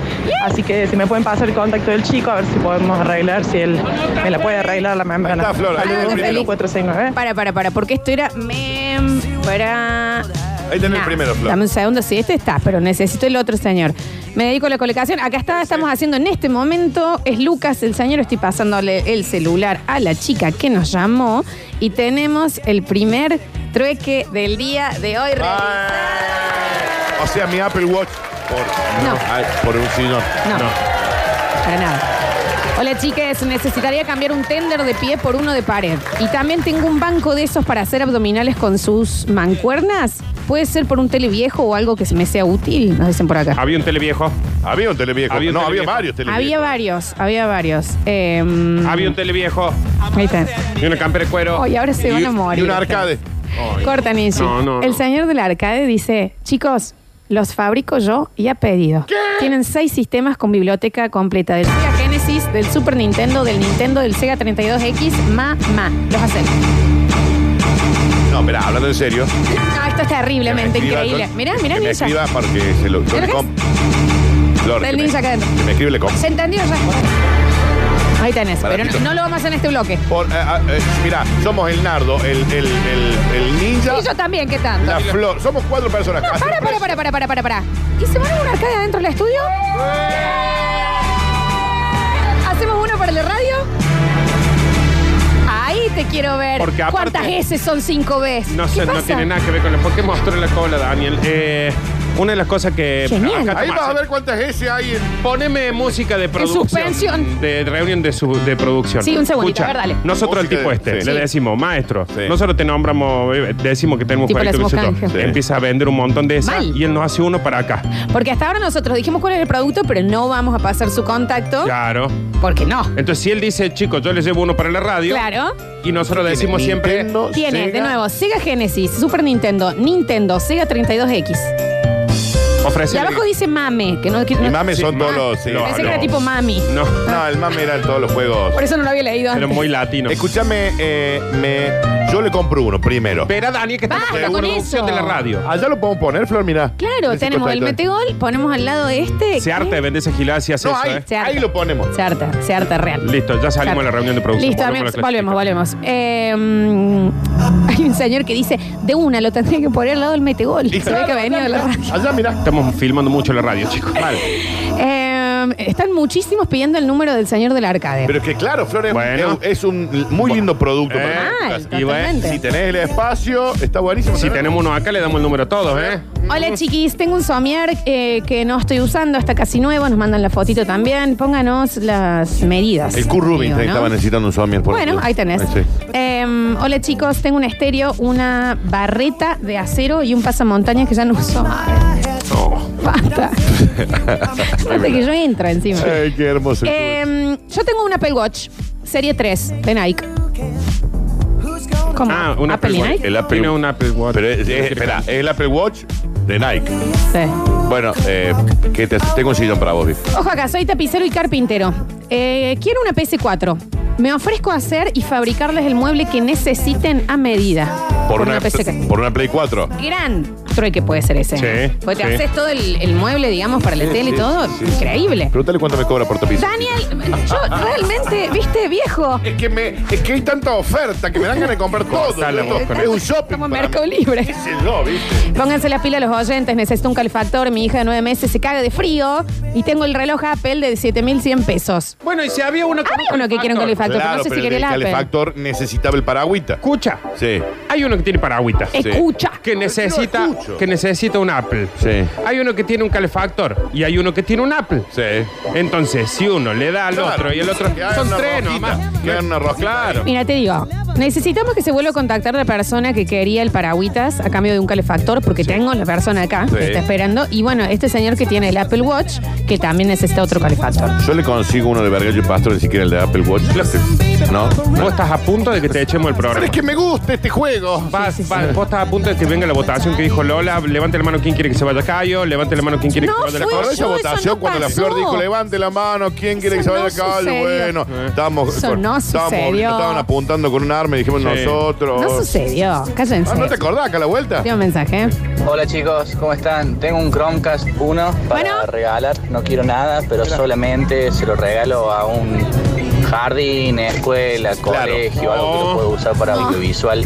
J: Así que si me pueden pasar el contacto del chico, a ver si podemos arreglar, si él me la puede arreglar la membrana. Ah,
C: Ahí está, Flor, ahí
A: lo
J: Saludos,
A: tenés
J: Marilu
A: feliz.
J: 469.
A: Para, para, para, porque esto era membra.
C: Ahí tenés
A: Nah,
C: el primero,
A: Dame
C: Flor.
A: un segundo, sí, este está, pero necesito el otro señor. Me dedico a la colocación. Acá está, estamos haciendo en este momento, es Lucas el señor, estoy pasándole el celular a la chica que nos llamó y tenemos el primer trueque del día de hoy.
C: Ah, O sea, mi Apple Watch. Por,
A: No.
C: Ay, por un sillón.
A: No. Para nada. Hola chicas, necesitaría cambiar un tender de pie por uno de pared. Y también tengo un banco de esos para hacer abdominales con sus mancuernas. Puede ser por un tele viejo o algo que me sea útil, nos dicen por
C: Ah,
A: acá.
B: Había un televiejo.
C: Había un televiejo.
B: Había un
C: no, había
B: televiejo.
C: varios televiejos.
A: Había varios, había varios. Eh,
B: Había un televiejo.
A: ahí está.
B: Y una campera de cuero.
A: Ay, ahora se
C: Y-
A: van a morir.
C: Y un arcade.
A: Corta, Ninji.
B: No, no, no.
A: El señor del arcade dice, chicos, los fabrico yo y a pedido. Tienen seis sistemas con biblioteca completa del Sega Genesis, del Super Nintendo, del Nintendo, del Sega 32X, ma, ma. Los hacen.
C: No, pero hablando en serio.
A: No, esto es terriblemente
C: que me escriba,
A: increíble.
C: Flor,
A: Mirá, mirá,
C: que me
A: Ninja.
C: escriba porque se lo, yo
A: ¿Pero
C: le
A: qué
C: compro.
A: Está
C: Flor,
A: el
C: que me-
A: ninja acá adentro.
C: que me escribe le compro.
A: ¿Se entendió ya? Ahí tenés, pero no,
C: Baratito.
A: no lo vamos a hacer en este bloque.
C: Por, eh, ah, eh, mirá, somos el nardo, el, el, el, el ninja,
A: Y yo también, ¿qué tanto?
C: la flor. Somos cuatro personas.
A: No,
C: casi.
A: para, para, para, para, para, para, para. ¿Y se van a una arcade adentro del estudio? ¿Hacemos uno para la radio? Ahí te quiero ver.
B: Porque aparte-
A: ¿Cuántas S son cinco veces?
B: No sé, no tiene nada que ver con la. ¿Por qué mostró la cola, Daniel? Eh, una de las cosas que.
A: Genial.
B: Acá
C: Ahí
B: Tomás,
C: vas a
B: eh.
C: ver cuántas S hay en.
B: Poneme música de producción.
A: suspensión.
B: De reunión de, su- de producción.
A: Sí, un segundito, a ver, dale.
B: Nosotros al
C: Música
B: tipo
C: de-
B: este,
C: sí.
B: le
A: Sí.
B: decimos, maestro, nosotros te nombramos, eh, decimos que tenemos
A: Tipo, le
B: que
A: hacemos
B: nosotros-
A: canje.
B: Sí. Empieza a vender un montón de esas
A: Mal.
B: y él nos hace uno para acá.
A: Porque hasta ahora nosotros dijimos cuál era el producto, pero no vamos a pasar su contacto.
B: Claro.
A: Porque no.
B: Entonces, si él dice, chicos, yo les llevo uno para la radio.
A: Claro.
B: Y nosotros decimos siempre.
C: Nintendo,
A: Tiene,
C: Sega.
A: de nuevo, Sega Genesis, Super Nintendo, Nintendo, Sega 32X. Y
B: Ofrece.
A: abajo dice mame, que no... que
C: Y
A: no-
C: mames son
B: Sí,
C: todos
B: ma-
C: los. sí,
B: no,
A: Pensé que
C: los-
A: era tipo mami.
B: No,
C: No, el mame eran todos los juegos.
A: Por eso no lo había leído
B: pero
A: antes.
B: muy latino.
C: Escúchame, eh, me, yo le compro uno primero.
B: Espera, Daniel, que está
A: Basta
B: en
A: con
B: producción
A: eso. Ah,
B: de la radio.
C: Allá lo podemos poner, Flor, mirá.
A: Claro,
C: Ese
A: tenemos el
C: costadito.
A: metegol, ponemos al lado este.
B: Se
A: ¿qué?
B: harta de vender esa gilada si hace
C: No,
B: eso,
C: ahí,
B: ¿eh?
A: Se harta.
C: ahí lo ponemos.
A: Se harta, se harta real.
B: Listo, ya salimos de la reunión de producción.
A: Listo,
B: Volvemos
A: volvemos,
B: a la
A: volvemos.
B: clasificación.
A: volvemos. Eh, mm, hay un señor que dice, de una lo tendría que poner al lado del metegol. Se ve que venía de la radio.
C: Allá, mirá.
B: Estamos filmando mucho la radio, chicos.
A: Eh, están muchísimos pidiendo el número del señor del arcade.
C: Pero es que claro, Flor, es,
B: Bueno.
C: es un muy lindo producto.
B: Eh.
C: para
A: Mal,
C: nosotras.
B: y bueno,
A: totalmente.
C: si tenés el espacio, está buenísimo.
B: Si tenemos uno acá, le damos el número a todos, ¿eh?
A: Hola chiquis, tengo un somier eh, que no estoy usando, está casi nuevo, nos mandan la fotito también. Pónganos las medidas.
C: El Q Rubin
A: Digo, ¿no?
C: estaba necesitando un somier. por
A: Bueno,
C: ejemplo.
A: ahí tenés.
C: sí.
A: Em, hola chicos, tengo un estéreo, una barreta de acero y un pasamontañas que ya no uso. Basta. Basta que yo entro encima.
C: Ay, qué hermoso.
A: Em, yo tengo una Apple Watch, serie 3 de Nike. ¿Cómo?
B: Ah, un Apple,
A: y
B: Watch.
A: Nike?
C: El Apple-
B: Tiene un Apple Watch.
C: Pero es, es- espera, es el Apple Watch de Nike.
A: Sí.
C: Bueno, eh, que te, tengo un sillón para vos, Biff.
A: Ojo acá, soy tapicero y carpintero. Eh, quiero una PS4. Me ofrezco a hacer y fabricarles el mueble que necesiten a medida.
C: Por, una,
A: PC.
C: por una Play 4.
A: Gran trueque puede ser ese.
B: Sí,
A: ¿eh? Porque
B: sí.
A: te haces todo el, el mueble, digamos, para la
C: Sí,
A: tele y
C: sí,
A: todo.
C: sí, sí.
A: Increíble.
C: Pregúntale cuánto me cobra por tapiz.
A: Daniel, yo realmente, viste, viejo.
C: Es que, me, es que hay tanta oferta que me dan ganas de comprar todo.
B: Sale vos con
C: es un shopping.
A: Como
C: para
A: Mercado
C: mí.
A: Libre.
C: ¿Qué sé yo, viste?
A: Pónganse las pilas los oyentes, necesito un calefactor, mi hija de nueve meses se caga de frío y tengo el reloj Apple de 7100 pesos.
B: Bueno, y si había uno que.
A: Había uno que quiere un calefactor, no sé si
C: pero
A: quería el
C: el
A: Apple.
C: calefactor necesitaba el paragüita.
B: Escucha,
C: Sí.
B: hay uno que tiene paragüitas.
C: sí.
A: Escucha.
B: Que necesita,
C: No escucho.
B: que necesita un Apple.
C: Sí.
B: Hay uno que tiene un calefactor y hay uno que tiene un Apple.
C: Sí.
B: Entonces, si uno le da al
C: Claro.
B: otro y el otro.
C: Que hagan
B: Son
C: una
B: tres
C: rosquita,
B: nomás.
C: que hagan una rosquita.
B: Claro.
A: Mira, te digo, necesitamos que se vuelva a contactar la persona que quería el paragüitas a cambio de un calefactor, porque tengo la persona acá
C: Sí.
A: que está esperando. Y bueno, este señor que tiene el Apple Watch, que también necesita otro calefactor.
C: Yo le consigo uno de Vergallo y Pastor, ni siquiera el de Apple Watch. este, ¿No?
B: Vos estás a punto de que te echemos el
C: Pero
B: programa.
C: es que me gusta este juego.
B: Vas, vas, vos estás a punto de que venga la votación que dijo Lola. Levante la mano quien quiere que se vaya Cayo. Levante la mano quien quiere
A: No
B: que se vaya la
A: fui
B: Cor-
C: Ahora esa
A: yo, eso
C: votación
A: no
C: cuando la
A: pasó.
C: Flor dijo levante la mano, ¿quién quiere que se
A: Eso
C: vaya
A: no
C: al caballo?
A: sucedió.
C: Bueno, estábamos,
A: Eso no
C: estábamos-
A: sucedió.
C: estaban apuntando con un arma y dijimos
B: Sí.
C: nosotros.
A: No sucedió, cállense.
C: Oh. Ah, ¿No te acordás acá a la vuelta?
A: Tiene un mensaje. ¿eh?
K: Hola chicos, ¿cómo están? Tengo un Chromecast 1 para
A: Bueno.
K: regalar. No quiero nada, pero solamente se lo regalo a un jardín, escuela,
C: Claro.
K: colegio, algo que lo pueda usar para
A: No.
K: audiovisual.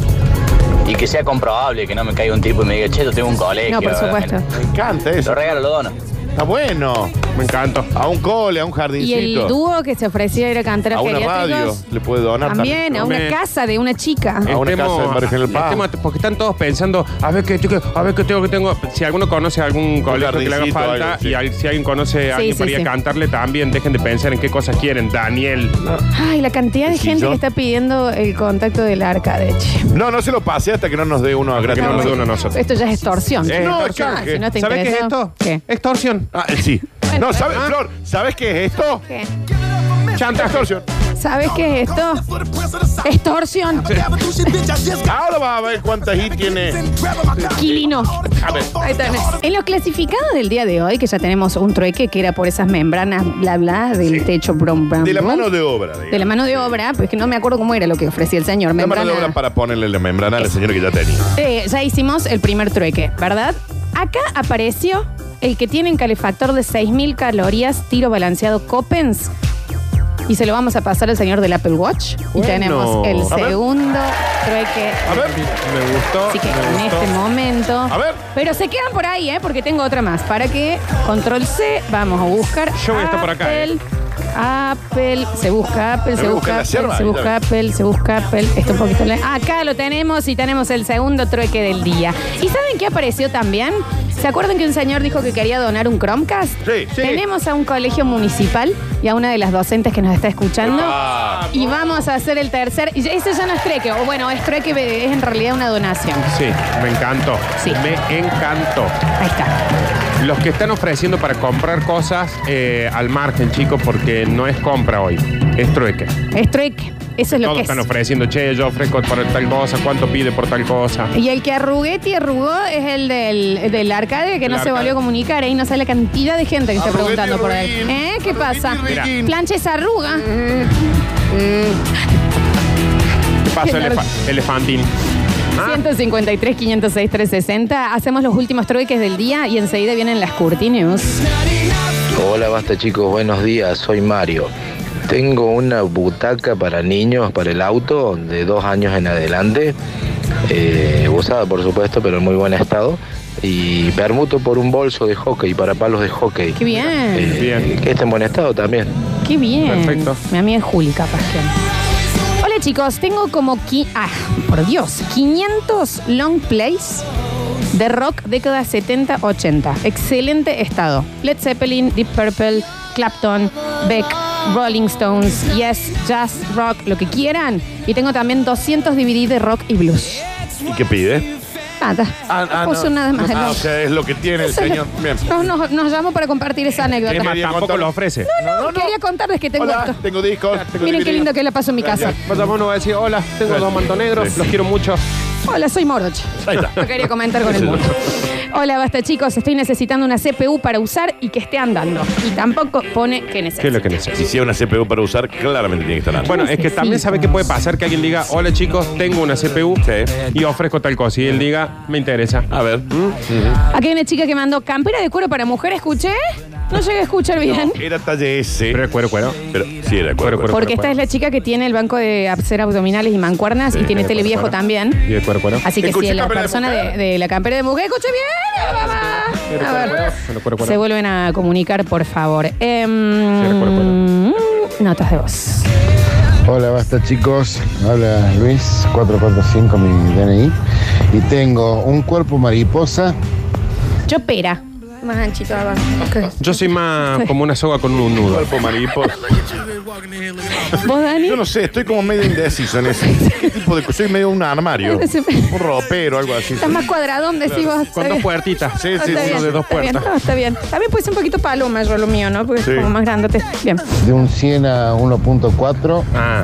K: Y que sea comprobable, que no me caiga un tipo y me diga, che, yo tengo un colegio. eh,
A: No, por supuesto.
C: Me encanta eso.
K: Lo regalo, lo dono.
C: Está bueno.
B: Me encanta.
C: A un cole, a un
A: Y
C: jardincito.
A: el dúo que se ofrecía a ir a cantar a,
C: a una radio.
A: geriátricos.
C: Le puede donar
A: También a una
B: También. Eh.
A: casa de una chica.
C: A una
B: Estemos-
C: casa en Barrio General Paz.
B: estemos- porque están todos pensando, a ver qué, qué- a ver qué tengo que tengo. Si alguno conoce algún colegio que le haga
C: jardincito,
B: falta
C: algo, sí.
B: y al- si alguien conoce a
A: Sí,
B: alguien
A: sí,
B: para ir
A: sí.
B: a cantarle también, dejen de pensar en qué cosas quieren. Daniel. Eh,
A: Ay, la cantidad de
C: ¿Y si
A: gente
C: yo?
A: que está pidiendo el contacto del arcade. che.
C: No, no se lo pase hasta que no nos dé uno a gratis.
B: Que no nos dé uno a nosotros.
C: nosotros.
A: Esto ya es extorsión.
B: Eh,
C: No, es
A: Ah,
C: canje.
A: si no te
B: ¿Sabes qué es
A: interesa-
B: esto?
A: ¿Qué?
B: Extorsión.
C: Ah, sí.
A: Bueno,
C: no, ¿sabes,
A: ah.
C: Flor? ¿Sabes qué es esto?
A: ¿Qué?
B: Chantaje.
C: Extorsión.
A: ¿Sabes qué es esto? Extorsión.
C: Ahora va a ver cuántas I tiene.
A: Quilino.
C: A ver.
A: Ahí tenés. En los clasificados del día de hoy, que ya tenemos un trueque que era por esas membranas, bla, bla, del techo, brum, brum,
C: De la
A: brum.
C: mano de obra.
A: De la mano de obra, pues que no me acuerdo cómo era lo que ofrecía el señor.
C: La mano de
A: membrana.
C: obra para ponerle la membrana al señor que ya tenía.
A: Eh, ya hicimos el primer trueque, ¿verdad? Acá apareció el que tiene un calefactor de 6.000 calorías, tiro balanceado Copens, Y se lo vamos a pasar al señor del Apple Watch.
B: Bueno.
A: Y tenemos el
B: A ver.
A: segundo trueque.
B: A ver. Me gustó.
A: Así que
B: me
A: en
B: gustó.
A: este momento.
B: A ver.
A: Pero se quedan por ahí, ¿eh? Porque tengo otra más. Para que control C, vamos a buscar.
B: Yo voy a estar por acá,
A: Apple,
B: ¿eh?
A: Apple, se busca Apple,
B: Me
A: se
B: voy a
A: busca
B: buscar la
A: Apple,
B: yerba,
A: se busca
B: ahorita.
A: Apple, se busca Apple. Está un poquito le- Acá lo tenemos y tenemos el segundo trueque del día. ¿Y saben qué apareció también? ¿Se acuerdan que un señor dijo que quería donar un Chromecast?
C: Sí, sí.
A: Tenemos a un colegio municipal y a una de las docentes que nos está escuchando. Y vamos a hacer el tercer. y Ese ya no es trueque, o bueno, es trueque, es en realidad una donación.
B: Sí, me encantó. Me encantó.
A: Ahí está.
B: Los que están ofreciendo para comprar cosas eh, al margen, chicos, porque no es compra hoy, es trueque.
A: Es trueque. Eso es lo
B: Todos
A: que es.
B: están ofreciendo, che, yo ofrezco por tal cosa, cuánto pide por tal cosa.
A: Y el que arruguete y arrugó es el del, del arcade que
B: El
A: no se
B: arcade.
A: volvió a comunicar. Ahí no sabe la cantidad de gente que está
B: Arruguete,
A: preguntando por él.
B: arruguín.
A: ¿Eh? ¿Qué pasa?
B: Mira.
A: Plancha esa arruga.
B: Paso
A: Qué
B: elefa- elefantín. Ah.
A: 153, 506, 360. Hacemos los últimos trueques del día y enseguida vienen las curtinios.
L: Hola, basta chicos, buenos días, soy Mario. Tengo una butaca para niños, para el auto, de dos años en adelante, eh, usada por supuesto, pero en muy buen estado, y permuto por un bolso de hockey, para palos de hockey.
A: Qué bien.
L: Eh, Que está en buen estado también.
A: Qué bien.
L: Perfecto.
A: Mi amiga es Juli, capaz que. Hola chicos, tengo como qui- ah, por Dios, 500 long plays de rock década 70-80. Excelente estado. Led Zeppelin, Deep Purple, Clapton, Beck, Rolling Stones, Yes, Jazz, Rock, lo que quieran. Y tengo también 200 DVD de rock y blues.
C: ¿Y qué pide?
A: Nada. no puso nada más.
C: Ah, o sea, es lo que tiene el
A: Eso
C: señor. Bien.
A: Nos, nos, nos llamó para compartir esa anécdota.
B: Es más, tampoco lo ofrece.
A: No, quería contarles que tengo
C: Hola,
A: esto.
C: tengo discos. tengo
A: Miren qué
C: DVD.
A: lindo que la paso en mi casa.
B: Vas a uno va a decir, hola, tengo dos mantos negros, los quiero mucho.
A: Hola, soy Mordoch.
B: Ahí está.
A: No quería comentar con el mundo. Hola, basta chicos, estoy necesitando una CPU para usar y que esté andando. Y tampoco pone que necesito.
B: lo que necesito?
C: Si sea una CPU para usar, claramente tiene que estar
B: Bueno, es que también sabe que puede pasar que alguien diga, hola chicos, tengo una CPU y ofrezco tal cosa. Y él diga, me interesa. A ver.
A: Aquí hay una chica que mandó campera de cuero para mujer, escuché. No llegué a escuchar bien.
C: Era talle S. Pero
B: era cuero, cuero.
C: Pero, sí, era pues. cuero, cuero.
A: Porque esta es la chica que tiene el banco de hacer abdominales y mancuernas y tiene
B: de
A: tele viejo
B: cuero.
A: también.
B: Y de cuero, cuero.
A: Así que
B: Escuché
A: si la
B: campera de
A: persona de, de la campera de mujer, escuché bien, mamá. A ver.
B: Cuero, cuero,
A: Se
B: cuero.
A: vuelven a comunicar, por favor. Em, notas de voz.
M: Hola, basta chicos. Habla Luis, 445 mi DNI. Y tengo un cuerpo mariposa.
A: Chopera. Más anchito abajo.
B: Yo soy más como una soga con un nudo.
C: Cuerpo mariposa.
A: ¿Vos, Dani?
C: Yo no sé, estoy como medio indeciso en eso. ¿Qué tipo de co- Soy medio un armario. un ropero, algo así.
A: Estás más cuadradón, decís vos. Está bien.
B: puertitas.
C: Sí,
A: Está
C: sí,
A: bien,
C: uno de dos
A: está bien.
C: puertas.
A: No, está bien. También puede ser un poquito paloma yo lo mío, ¿no? Porque
M: Sí.
A: es como más grandote. Bien.
M: De un 100 a 1.4.
B: Ah,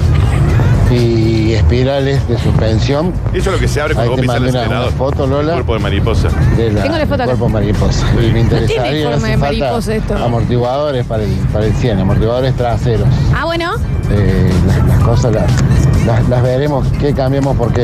M: Y espirales de suspensión.
C: Eso es lo que se abre
M: Ahí
C: cuando
M: te
C: vos pisas el
M: mandé una, una
C: acelerador.
M: foto, Lola.
C: Cuerpo de mariposa.
M: de la-
A: Tengo la foto acá.
M: cuerpo mariposa. Y me interesaría,
A: tiene
M: no
A: forma
M: hace
A: de
M: falta
A: mariposa esto.
M: Amortiguadores para el, para el 100, amortiguadores traseros.
A: Ah, bueno.
M: Eh, las, las cosas las, las, las veremos, qué cambiamos, por qué.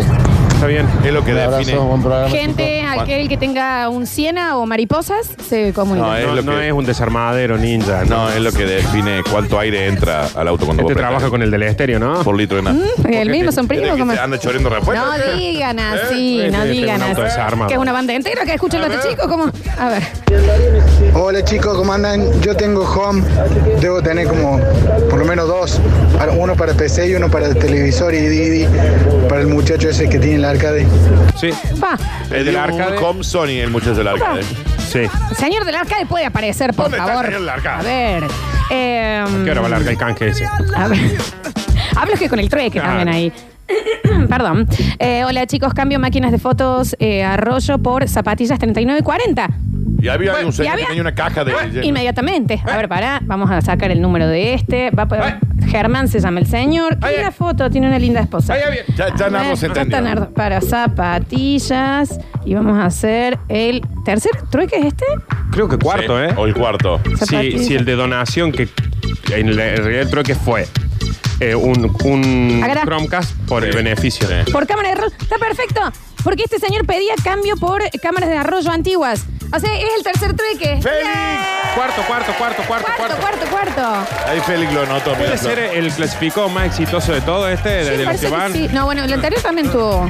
B: Está bien.
C: Es lo que
M: Un abrazo,
C: define.
M: buen programa,
A: Gente,
M: chicos.
A: aquel que tenga un siena o mariposas, se comunica.
C: eh,
B: No, es, un desarmadero ninja.
C: No, es lo que define cuánto aire entra al auto cuando
B: Este
C: vos
B: trabaja con el del estéreo, ¿no?
C: Por litro de nada.
A: Mm, el mismo, son primos,
C: Desde que
A: ¿cómo?
C: se Anda chorreando repuestos.
A: No digan así,
C: Eh,
A: no
C: eh,
A: digan
C: tengo un auto
A: así.
C: desarmado.
A: Que es una banda entera que escuchan los chicos, como. A ver.
G: Hola chicos, ¿cómo andan? Yo tengo home, debo tener como por lo menos dos, para- uno para PC y uno para el televisor y Didi, para el muchacho ese que tiene el arcade.
B: Sí.
A: Pa.
C: El del arcade. Com Sony, el muchacho del arcade.
B: Sí.
A: Señor del arcade puede aparecer, por
C: ¿Dónde está el
A: favor.
C: señor del arcade?
A: A ver. Eh,
B: ¿Qué hora va a largar el canje ese?
A: A ver. Hablo que con el trueque
B: Claro.
A: también ahí. Perdón. Eh, hola chicos, cambio máquinas de fotos eh, arroyo por zapatillas 3940.
C: Y había un señor
A: había-
C: que tenía una caja de.
A: Inmediatamente. A ver, pará, vamos a sacar el número de este. Va por- Germán se llama el señor. ¿Qué la foto? Tiene una linda esposa.
C: Ya,
A: A
C: ya Nardo
A: ver,
C: se entendió.
A: trata Nardo Para zapatillas. Y vamos a hacer el tercer trueque, ¿es este?
B: Creo que cuarto, ¿eh?
C: Hoy cuarto.
B: Si,
A: Zapatillas.
B: si el de donación, que en la- en realidad creo que fue eh, un, un
A: Agará.
B: Chromecast por el beneficio.
A: Por cámara de rollo. Está perfecto. Porque este señor pedía cambio por cámaras de arroyo antiguas. O sea, es el tercer trueque. ¡Feliz!
B: Cuarto, cuarto, cuarto, cuarto,
A: Cuarto,
B: cuarto.
A: cuarto, cuarto.
C: Ahí Félix lo Ah, notó.
B: ¿Puede ser eh. el clasificado más exitoso de todo este? de los
A: Parece
B: que
A: que
B: van.
A: sí. No, bueno, el anterior también tuvo.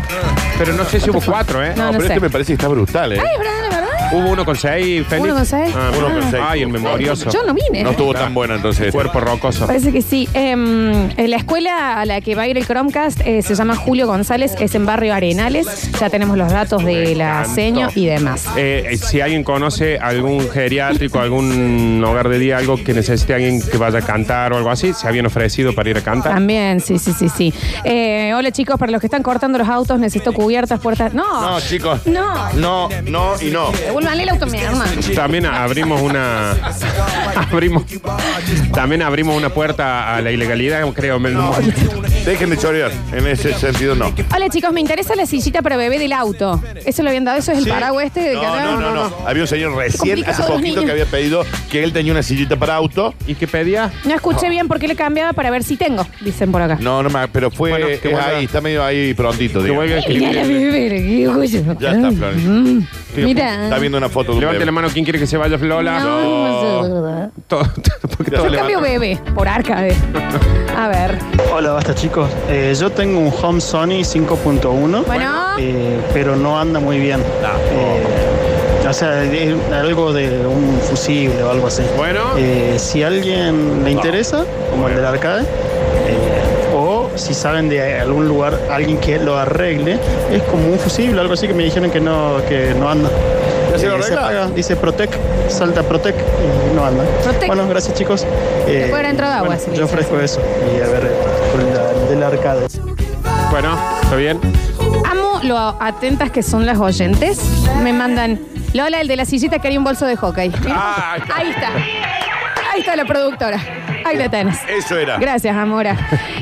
B: Pero no sé si hubo cuatro, ¿eh?
A: No, No, no pero sé. este me
B: parece que está brutal, ¿eh?
A: Ay, es verdad, la verdad.
B: Hubo uno con seis, Félix.
A: Uno con seis.
B: Ah,
A: Uno
B: uno
A: con
B: con
A: seis.
B: Ay, el memorioso.
A: Yo no vine. No estuvo
B: tan bueno entonces.
C: este.
B: Cuerpo rocoso.
A: Parece que sí. Em, eh, la escuela a la que va a ir el Chromecast eh, se llama Julio González, es en Barrio Arenales. Ya tenemos los datos de la seño y demás.
B: Eh, eh, si alguien conoce algún geriátrico, algún hogar de día, algo que necesite alguien que vaya a cantar o algo así, se habían ofrecido para ir a cantar.
A: También, sí, sí, sí, sí. Eh, hola chicos, para los que están cortando los autos, necesito cubiertas, puertas. No,
C: No, chicos.
A: no.
C: No, no y no.
A: Devuélvanle el auto a mi
C: Este,
A: hermano.
B: También abrimos una. abrimos. También abrimos una puerta a la ilegalidad, creo.
C: Dejen de chorear. En ese sentido, no.
A: Hola chicos, me interesa la sillita para bebé del auto. Eso lo habían dado, eso es el paraguas este de que
C: No, no, no, no. Había un señor recién, hace
A: Complicado,
C: poquito,
A: niño.
C: que había pedido que él tenía una sillita para auto.
B: ¿Y qué pedía?
A: No escuché bien por qué le cambiaba para ver si tengo, dicen por acá.
C: No, no, me- pero fue
A: Bueno, que
C: es
A: vuelva-
C: ahí, está medio ahí prontito.
B: vuelva a
A: Mira la bebé, qué orgullo.
C: Ya está, Florencia.
A: Mm,
C: Estoy
A: Mira.
C: Está viendo una foto de un
B: Levante
C: bebé.
B: la mano quien quiere que se vaya, Lola.
A: No, no sé.
B: Todo- porque todo
A: Yo
B: le va-
A: cambio bebé por arcade. A ver.
H: Hola, basta chicos. Eh, yo tengo un Home Sony 5.1, eh, pero no anda muy bien. Eh, o sea, es algo de un fusible o algo así. Eh,
B: Bueno.
H: si a alguien le interesa, como el del arcade, eh, o si saben de algún lugar, alguien que lo arregle, es como un fusible, algo así que me dijeron que no, que no anda.
C: ¿Ya se lo
H: Eh,
C: arregla?
H: paga, dice Protec, salta Protec y no anda. Bueno, gracias chicos. Eh,
A: puede haber entrado agua, si le
H: yo ofrezco eso y a ver con la- del arcade.
B: Bueno, está bien.
A: Amo lo atentas que son las oyentes. Me mandan, Lola, el de la sillita que haría un bolso de hockey. Mira. Ahí está. Ahí está la productora. Ahí la tenés.
C: Eso era.
A: Gracias, Amora.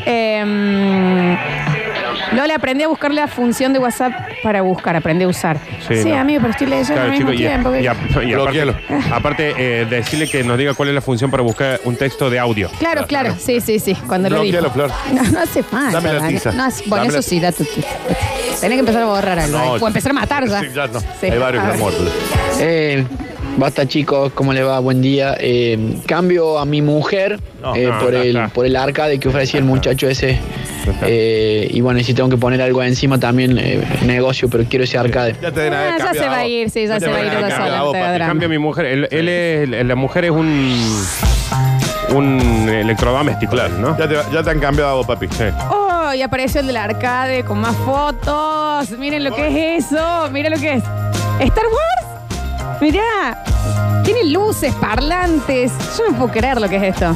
A: Em, Lola, aprendí a buscar la función de WhatsApp para buscar, aprendí a usar. Sí,
B: no.
A: amigo, pero estoy leyendo
B: Claro,
A: al mismo
B: chicos, y,
A: tiempo.
B: y a- y aparte, aparte, eh, decirle que nos diga cuál es la función para buscar un texto de audio.
A: Claro, claro, sí, sí, sí. Cuando lo digo.
B: Bloquealo, Flor.
A: No, no hace falta.
B: Dame la
A: ¿vale?
B: tiza.
A: No hace- bueno,
B: Dame la-
A: eso sí, da tu tiza. Tenés que empezar a borrar algo.
N: No,
A: ¿eh? o empezar a matar ya.
N: sí, ya no.
A: Sí.
N: Hay varios
A: A
N: que han
A: ver.
N: muerto. Eh, basta chicos, ¿cómo le va? Buen día. Eh, cambio a mi mujer
O: No,
N: eh,
O: no,
N: por,
O: ya
N: el,
O: está.
N: por el arcade que ofrecía el muchacho ese. Eh, y bueno, y si tengo que poner algo encima también, eh, negocio, pero quiero ese arcade.
C: Ya te
A: Ah, ya se va a ir, sí, ya se va a ir
B: Cambia
A: la sola. no te da drama.
B: Cambia mi mujer. Él, él es, la mujer es un. Un electrodoméstico, ¿no?
C: Ya te, ya te han cambiado, papi.
A: Oh, y apareció el del arcade con más fotos. Miren lo que es eso. Miren lo que es. ¿Star Wars? Mirá. Tiene luces, parlantes. Yo no puedo creer lo que es esto.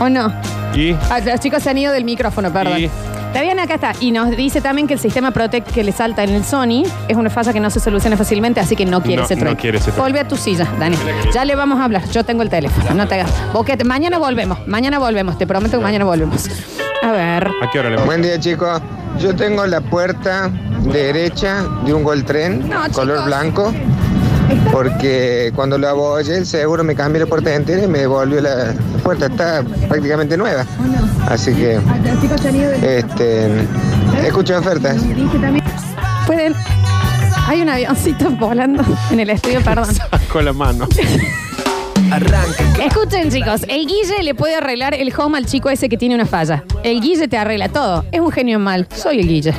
A: ¿O no?
B: Y
A: Ah, los chicos se han ido del micrófono, perdón.
B: Y-
A: Está bien, acá está. Y nos dice también que el sistema Protect que le salta en el Sony es una falla que no se soluciona fácilmente, así que no quiere
B: No,
A: ese
B: no
A: trueque.
B: quiere ese trueque.
A: Volve a tu silla, Dani. Ya le vamos a hablar. Yo tengo el teléfono, no te hagas. Boquete, mañana volvemos, mañana volvemos. Te prometo que mañana volvemos. A ver.
B: ¿A qué hora le va?
P: Buen día, chicos. Yo tengo la puerta derecha de un Gol Tren,
A: No, chicos.
P: color blanco, porque cuando lo abollé, el seguro me cambió la puerta entera y me devolvió la puerta. Está prácticamente nueva. Así que, este, escucho ofertas.
A: Pueden. Hay un avioncito volando en el estudio, perdón.
B: Con la mano.
A: Escuchen, chicos. El Guille le puede arreglar el home al chico ese que tiene una falla. El Guille te arregla todo. Es un genio en mal. Soy el Guille.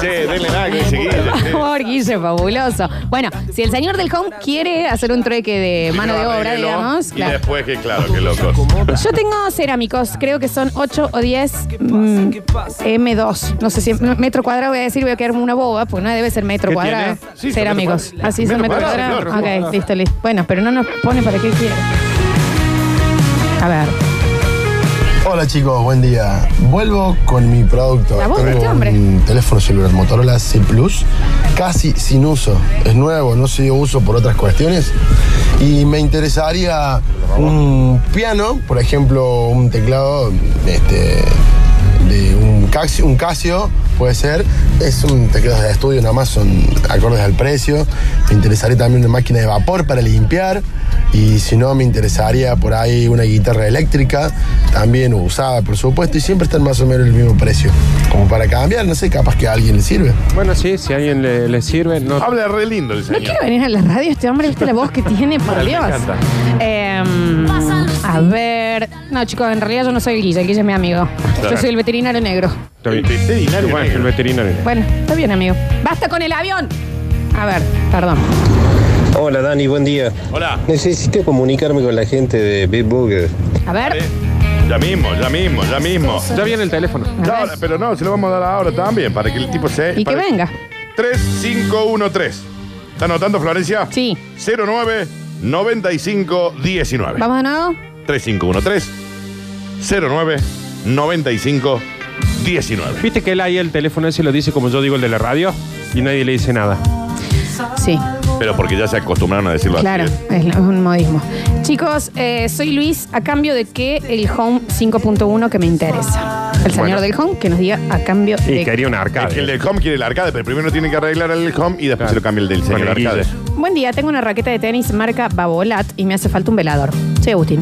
C: Che, denle nada que enseguida.
A: Por favor, Guille, fabuloso. Bueno, si el señor del home quiere hacer un trueque de mano de obra,
C: Arreglelo,
A: digamos,
C: Y
A: claro.
C: después que, claro, que locos.
A: Yo tengo cerámicos, creo que son 8 o 10 mm, M2. No sé si metro cuadrado voy a decir, voy a quedar como una boba, pues no debe ser metro
Q: ¿Qué
A: cuadrado.
Q: tiene? Sí, son metro
A: cerámicos.
Q: cuadrado.
A: Así son
Q: Metro
A: metro
Q: cuadrado,
A: cuadrado.
Q: sí, claro.
A: ok, listo, listo. Bueno, pero no nos pone para qué quiere. A ver.
R: Hola chicos, buen día. Vuelvo con mi producto.
A: La voz de
R: Tengo
A: este hombre.
R: un teléfono celular Motorola C Plus, casi sin uso. Es nuevo, no se dio uso por otras cuestiones. Y me interesaría un piano, por ejemplo, un teclado este, de un Casio, un Casio, puede ser. Es un teclado de estudio, nada más son acordes al precio. Me interesaría también una máquina de vapor para limpiar. Y si no, me interesaría por ahí una guitarra eléctrica, también usada, por supuesto. Y siempre están más o menos el mismo precio. Como para cambiar, no sé, capaz que a alguien le sirve.
B: Bueno, sí, si a alguien le, le sirve, no.
C: Habla re lindo el
A: No quiere venir a la radio este hombre, viste la voz que tiene, por
B: Me
A: Dios.
B: encanta.
A: Em, a ver. No, chicos, en realidad yo no soy el Guille, el Guille es mi amigo. Yo
B: Claro.
A: soy el veterinario negro.
B: Está bien.
C: Este,
B: Bueno, el veterinario.
A: Bueno, está bien, amigo. ¡Basta con el avión! A ver, perdón.
O: Hola Dani, buen día. Hola. Necesito comunicarme con la gente de Big Burger.
A: A ver.
C: Eh, Ya mismo, ya mismo, ya mismo.
B: Ya viene el teléfono.
C: pero no, se lo vamos a dar ahora también, para que el tipo se.
A: Y que
C: para-
A: venga.
C: 3513. ¿Está anotando, Florencia?
A: Sí.
C: 09 9519.
A: ¿Vamos de nuevo?
C: 3513 09 95 19.
B: ¿Viste que él ahí el teléfono ese lo dice como yo digo el de la radio? Y nadie le dice nada.
A: Sí,
C: Pero porque ya se acostumbraron a decirlo
A: claro,
C: así. ¿eh?
A: es lo- un modismo. Chicos, eh, soy Luis, a cambio de que el Home 5.1 que me interesa. El señor
C: Bueno.
A: del Home que nos diga a cambio de...
C: un arcade. el del home quiere el arcade, pero primero tiene que arreglar el home y después se lo cambia el del señor
B: Bueno,
C: arcade.
A: Buen día, tengo una raqueta de tenis marca Babolat y me hace falta un velador. Soy Agustín.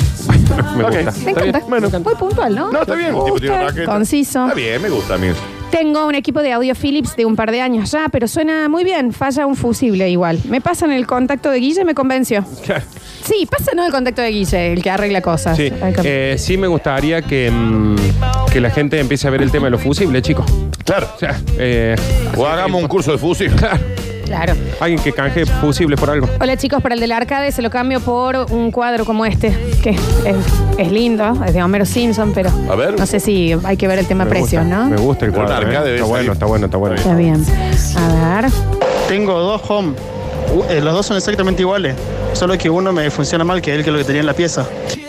C: Me
B: Ok,
C: gusta.
A: Me
C: Está bien.
A: encanta. Muy puntual, ¿no?
C: No, está bien. El tipo tiene una
A: Justo,
C: raqueta.
A: Conciso.
C: Está bien, me gusta a mí.
A: Tengo un equipo de audio Philips de un par de años ya, pero suena muy bien. Falla un fusible igual. Me pasan el contacto de Guille, me convenció. Sí, pásanos el contacto de Guille, el que arregla cosas.
B: Sí,
A: Ay, com-
B: eh, sí me gustaría que, mm, que la gente empiece a ver el tema de los fusibles, chicos.
C: Claro.
B: O, sea, eh,
C: O hagamos un curso de fusil.
B: Claro.
A: Claro.
B: Alguien que canje fusibles por algo.
A: Hola chicos, para el del arcade se lo cambio por un cuadro como este, que es, es lindo, es de Homero Simpson, pero
B: A ver.
A: no sé si hay que ver el tema
B: Me
A: precio,
B: gusta,
A: ¿no?
B: Me gusta el
C: Pero
B: cuadro.
C: un
B: eh.
C: arcade
B: Está
C: debe
B: bueno,
C: salir.
B: está bueno, está bueno.
A: Está bien. A ver.
H: Tengo dos home. U- eh, los dos son exactamente iguales, solo que uno me funciona mal, que es el que lo que tenía en la pieza.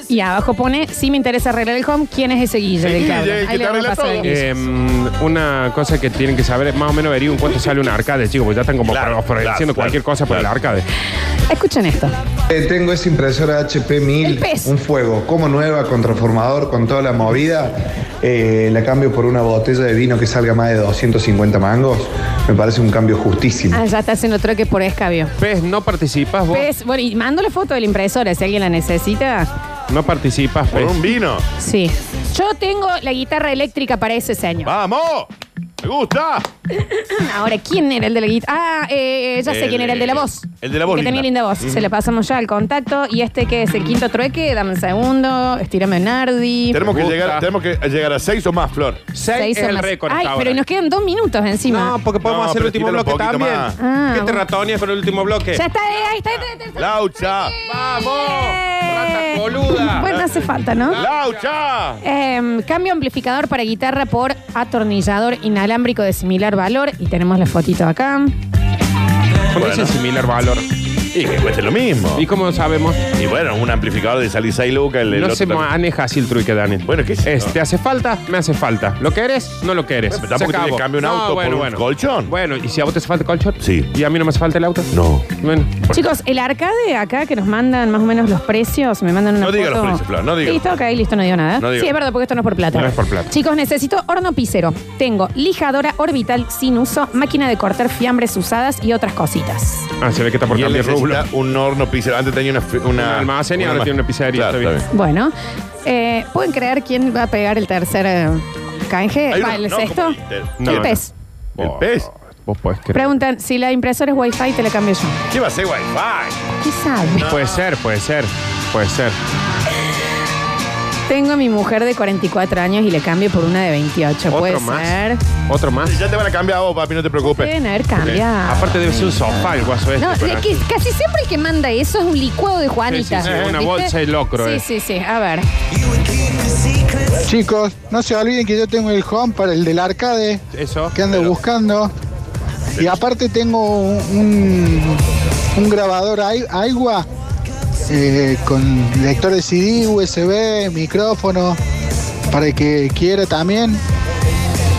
A: Y abajo pone, si me interesa arreglar el home, ¿quién es ese Guille del que habla? Ahí le vamos a pasar el Guille.
B: Eh, mm, una cosa que tienen que saber es más o menos averiguar cuánto sale un arcade, chicos, porque ya están como pro- pro- haciendo cualquier cosa por el arcade.
A: Escuchen esto.
Q: Eh, tengo esa impresora HP
A: El
Q: 1000,
A: pez.
Q: un fuego, como nueva, con transformador, con toda la movida. Eh, la cambio por una botella de vino que salga más de 250 mangos. Me parece un cambio justísimo.
A: Ah, ya está haciendo troque por escabio.
B: Pez, no participas vos.
A: Pez, bueno, y mando la foto de la impresora, si alguien la necesita.
B: No participas, Pez.
C: un vino.
A: Sí. Yo tengo la guitarra eléctrica para ese señor.
C: ¡Vamos! ¡Me gusta!
A: Ahora, ¿quién era el de la guitarra? Ah, eh, eh, ya sé
C: El,
A: quién era el de la
C: eh,
A: voz.
C: el de la voz
A: Que tenía linda
C: linda.
A: voz.
C: Ujú.
A: Se le pasamos ya al contacto. Y este que es el quinto trueque, dame un segundo, estírame Nardi.
C: Tenemos que, llegar, tenemos que llegar a seis o más, Flor.
A: Seis o más. Ay, pero y nos quedan dos minutos encima.
B: No, porque podemos
C: No,
B: hacer el
C: pero
B: último
C: tíralo un
B: bloque
C: poquito
B: también.
C: más.
A: Ah,
B: ¿Qué te
A: bueno.
B: ratones por el último bloque?
A: Ya está, eh, ahí está, ahí está, ahí está.
C: ¡Laucha!
B: ¡Vamos!
A: Eh.
B: boluda!
A: Bueno, hace falta, ¿no?
C: ¡Laucha!
A: Em, cambio amplificador para guitarra por atornillador inalámbrico de similar valor. Y tenemos la fotito acá.
B: ¿Por qué es similar valor?
C: Y que cueste lo mismo.
B: ¿Y cómo sabemos?
C: Y bueno, un amplificador de salir 6 lucas. El, el
B: no
C: otro
B: se
C: también.
B: maneja así el truque, Dani. Bueno, ¿qué es ¿Te hace falta? Me hace falta. ¿Lo querés? No lo querés.
C: Pero tampoco
B: Se acabó.
C: te cambia un
B: No,
C: auto
B: bueno,
C: por
B: bueno.
C: un colchón.
B: Bueno, ¿y si a vos te hace falta el colchón?
C: Sí.
B: ¿Y a mí no me hace falta el auto?
C: No.
B: Bueno.
A: Chicos, el arcade acá que nos mandan más o menos los precios, me mandan una
B: No diga los
A: foto.
B: precios, Flor, no diga.
A: Listo, ok, listo, no digo nada.
B: No diga.
A: sí, es verdad, porque esto no es por plata.
B: No es por plata.
A: Chicos, necesito horno pisero. Tengo lijadora orbital sin uso, máquina de cortar fiambres usadas y otras cositas.
B: Ah, se ve que está por
C: Y él
B: cambiar rublo.
C: necesita un horno pizzería. Antes tenía una... fi- una
B: Un almacén y ahora tiene una pizzería,
C: Claro,
B: está bien.
A: Bueno, eh, ¿pueden creer quién va a pegar el tercer eh, canje?
C: Hay
A: Va,
C: uno-
A: ¿El
C: no,
A: sexto?
C: como el-
B: No,
A: el
B: no.
A: pez.
C: ¿El pez?
B: Vos podés creer.
A: Preguntan, si la impresora es wifi, te la cambio yo.
C: ¿Qué va a ser Wi-Fi?
A: ¿Qué sabe?
B: Puede ser, puede ser, puede ser.
A: Tengo a mi mujer de 44 años y le cambio por una de 28. ¿Puede
B: ¿Otro más?
A: ser?
B: ¿Otro más?
C: Ya te van a cambiar a vos, papi, no te preocupes.
A: Pueden haber cambiado.
B: Aparte debe ser un sofá el guaso este.
A: Ah. No,
B: pero-
A: es que casi siempre el que manda eso es un licuado de Juanita.
B: Sí, sí, sí, una bolsa de locro,
A: Sí,
B: eh.
A: sí, sí. A ver.
G: Chicos, no se olviden que yo tengo el home para el del arcade.
B: Eso.
G: Que ando buscando. Y aparte tengo un, un- un grabador ai- agua eh, con lector de CD, USB, micrófono, para el que quiera también.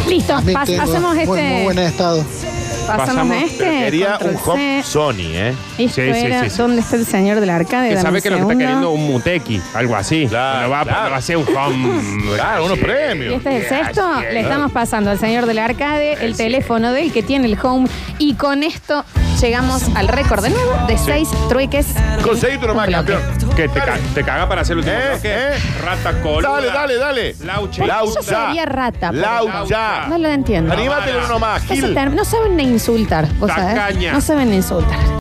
A: Listo,
G: También
A: pas-
G: tengo
A: hacemos
G: muy-
A: este-
G: muy buen estado.
A: Pasamos a este.
C: Quería un
A: control
C: hop
A: C.
C: Sony, ¿eh?
A: Esto era, ¿Dónde está el señor del arcade?
B: Que
A: Dame
B: sabe
A: un
B: que lo que está
A: segundo.
B: queriendo es un mutequi, algo así. Claro, va, a- va a ser un home.
C: Claro, unos
A: Y
C: premios.
A: este es el sexto. Le estamos pasando al señor del arcade el teléfono del que tiene el home. Y con esto llegamos al récord de nuevo de seis trueques.
C: Conseguí tu nomás, campeón.
B: Que te, ca- te caga para hacer el último
C: Eh,
B: bloque. Rata cola.
C: Dale, dale, dale.
B: Laucha.
A: ¿Por qué yo sería rata? Porque-
C: Laucha.
A: No lo entiendo.
C: Anímate uno más,
A: Ese
C: Gil.
A: term- No saben ni insultar. ¿vos sabés?
C: Tacaña.
A: No saben ni insultar.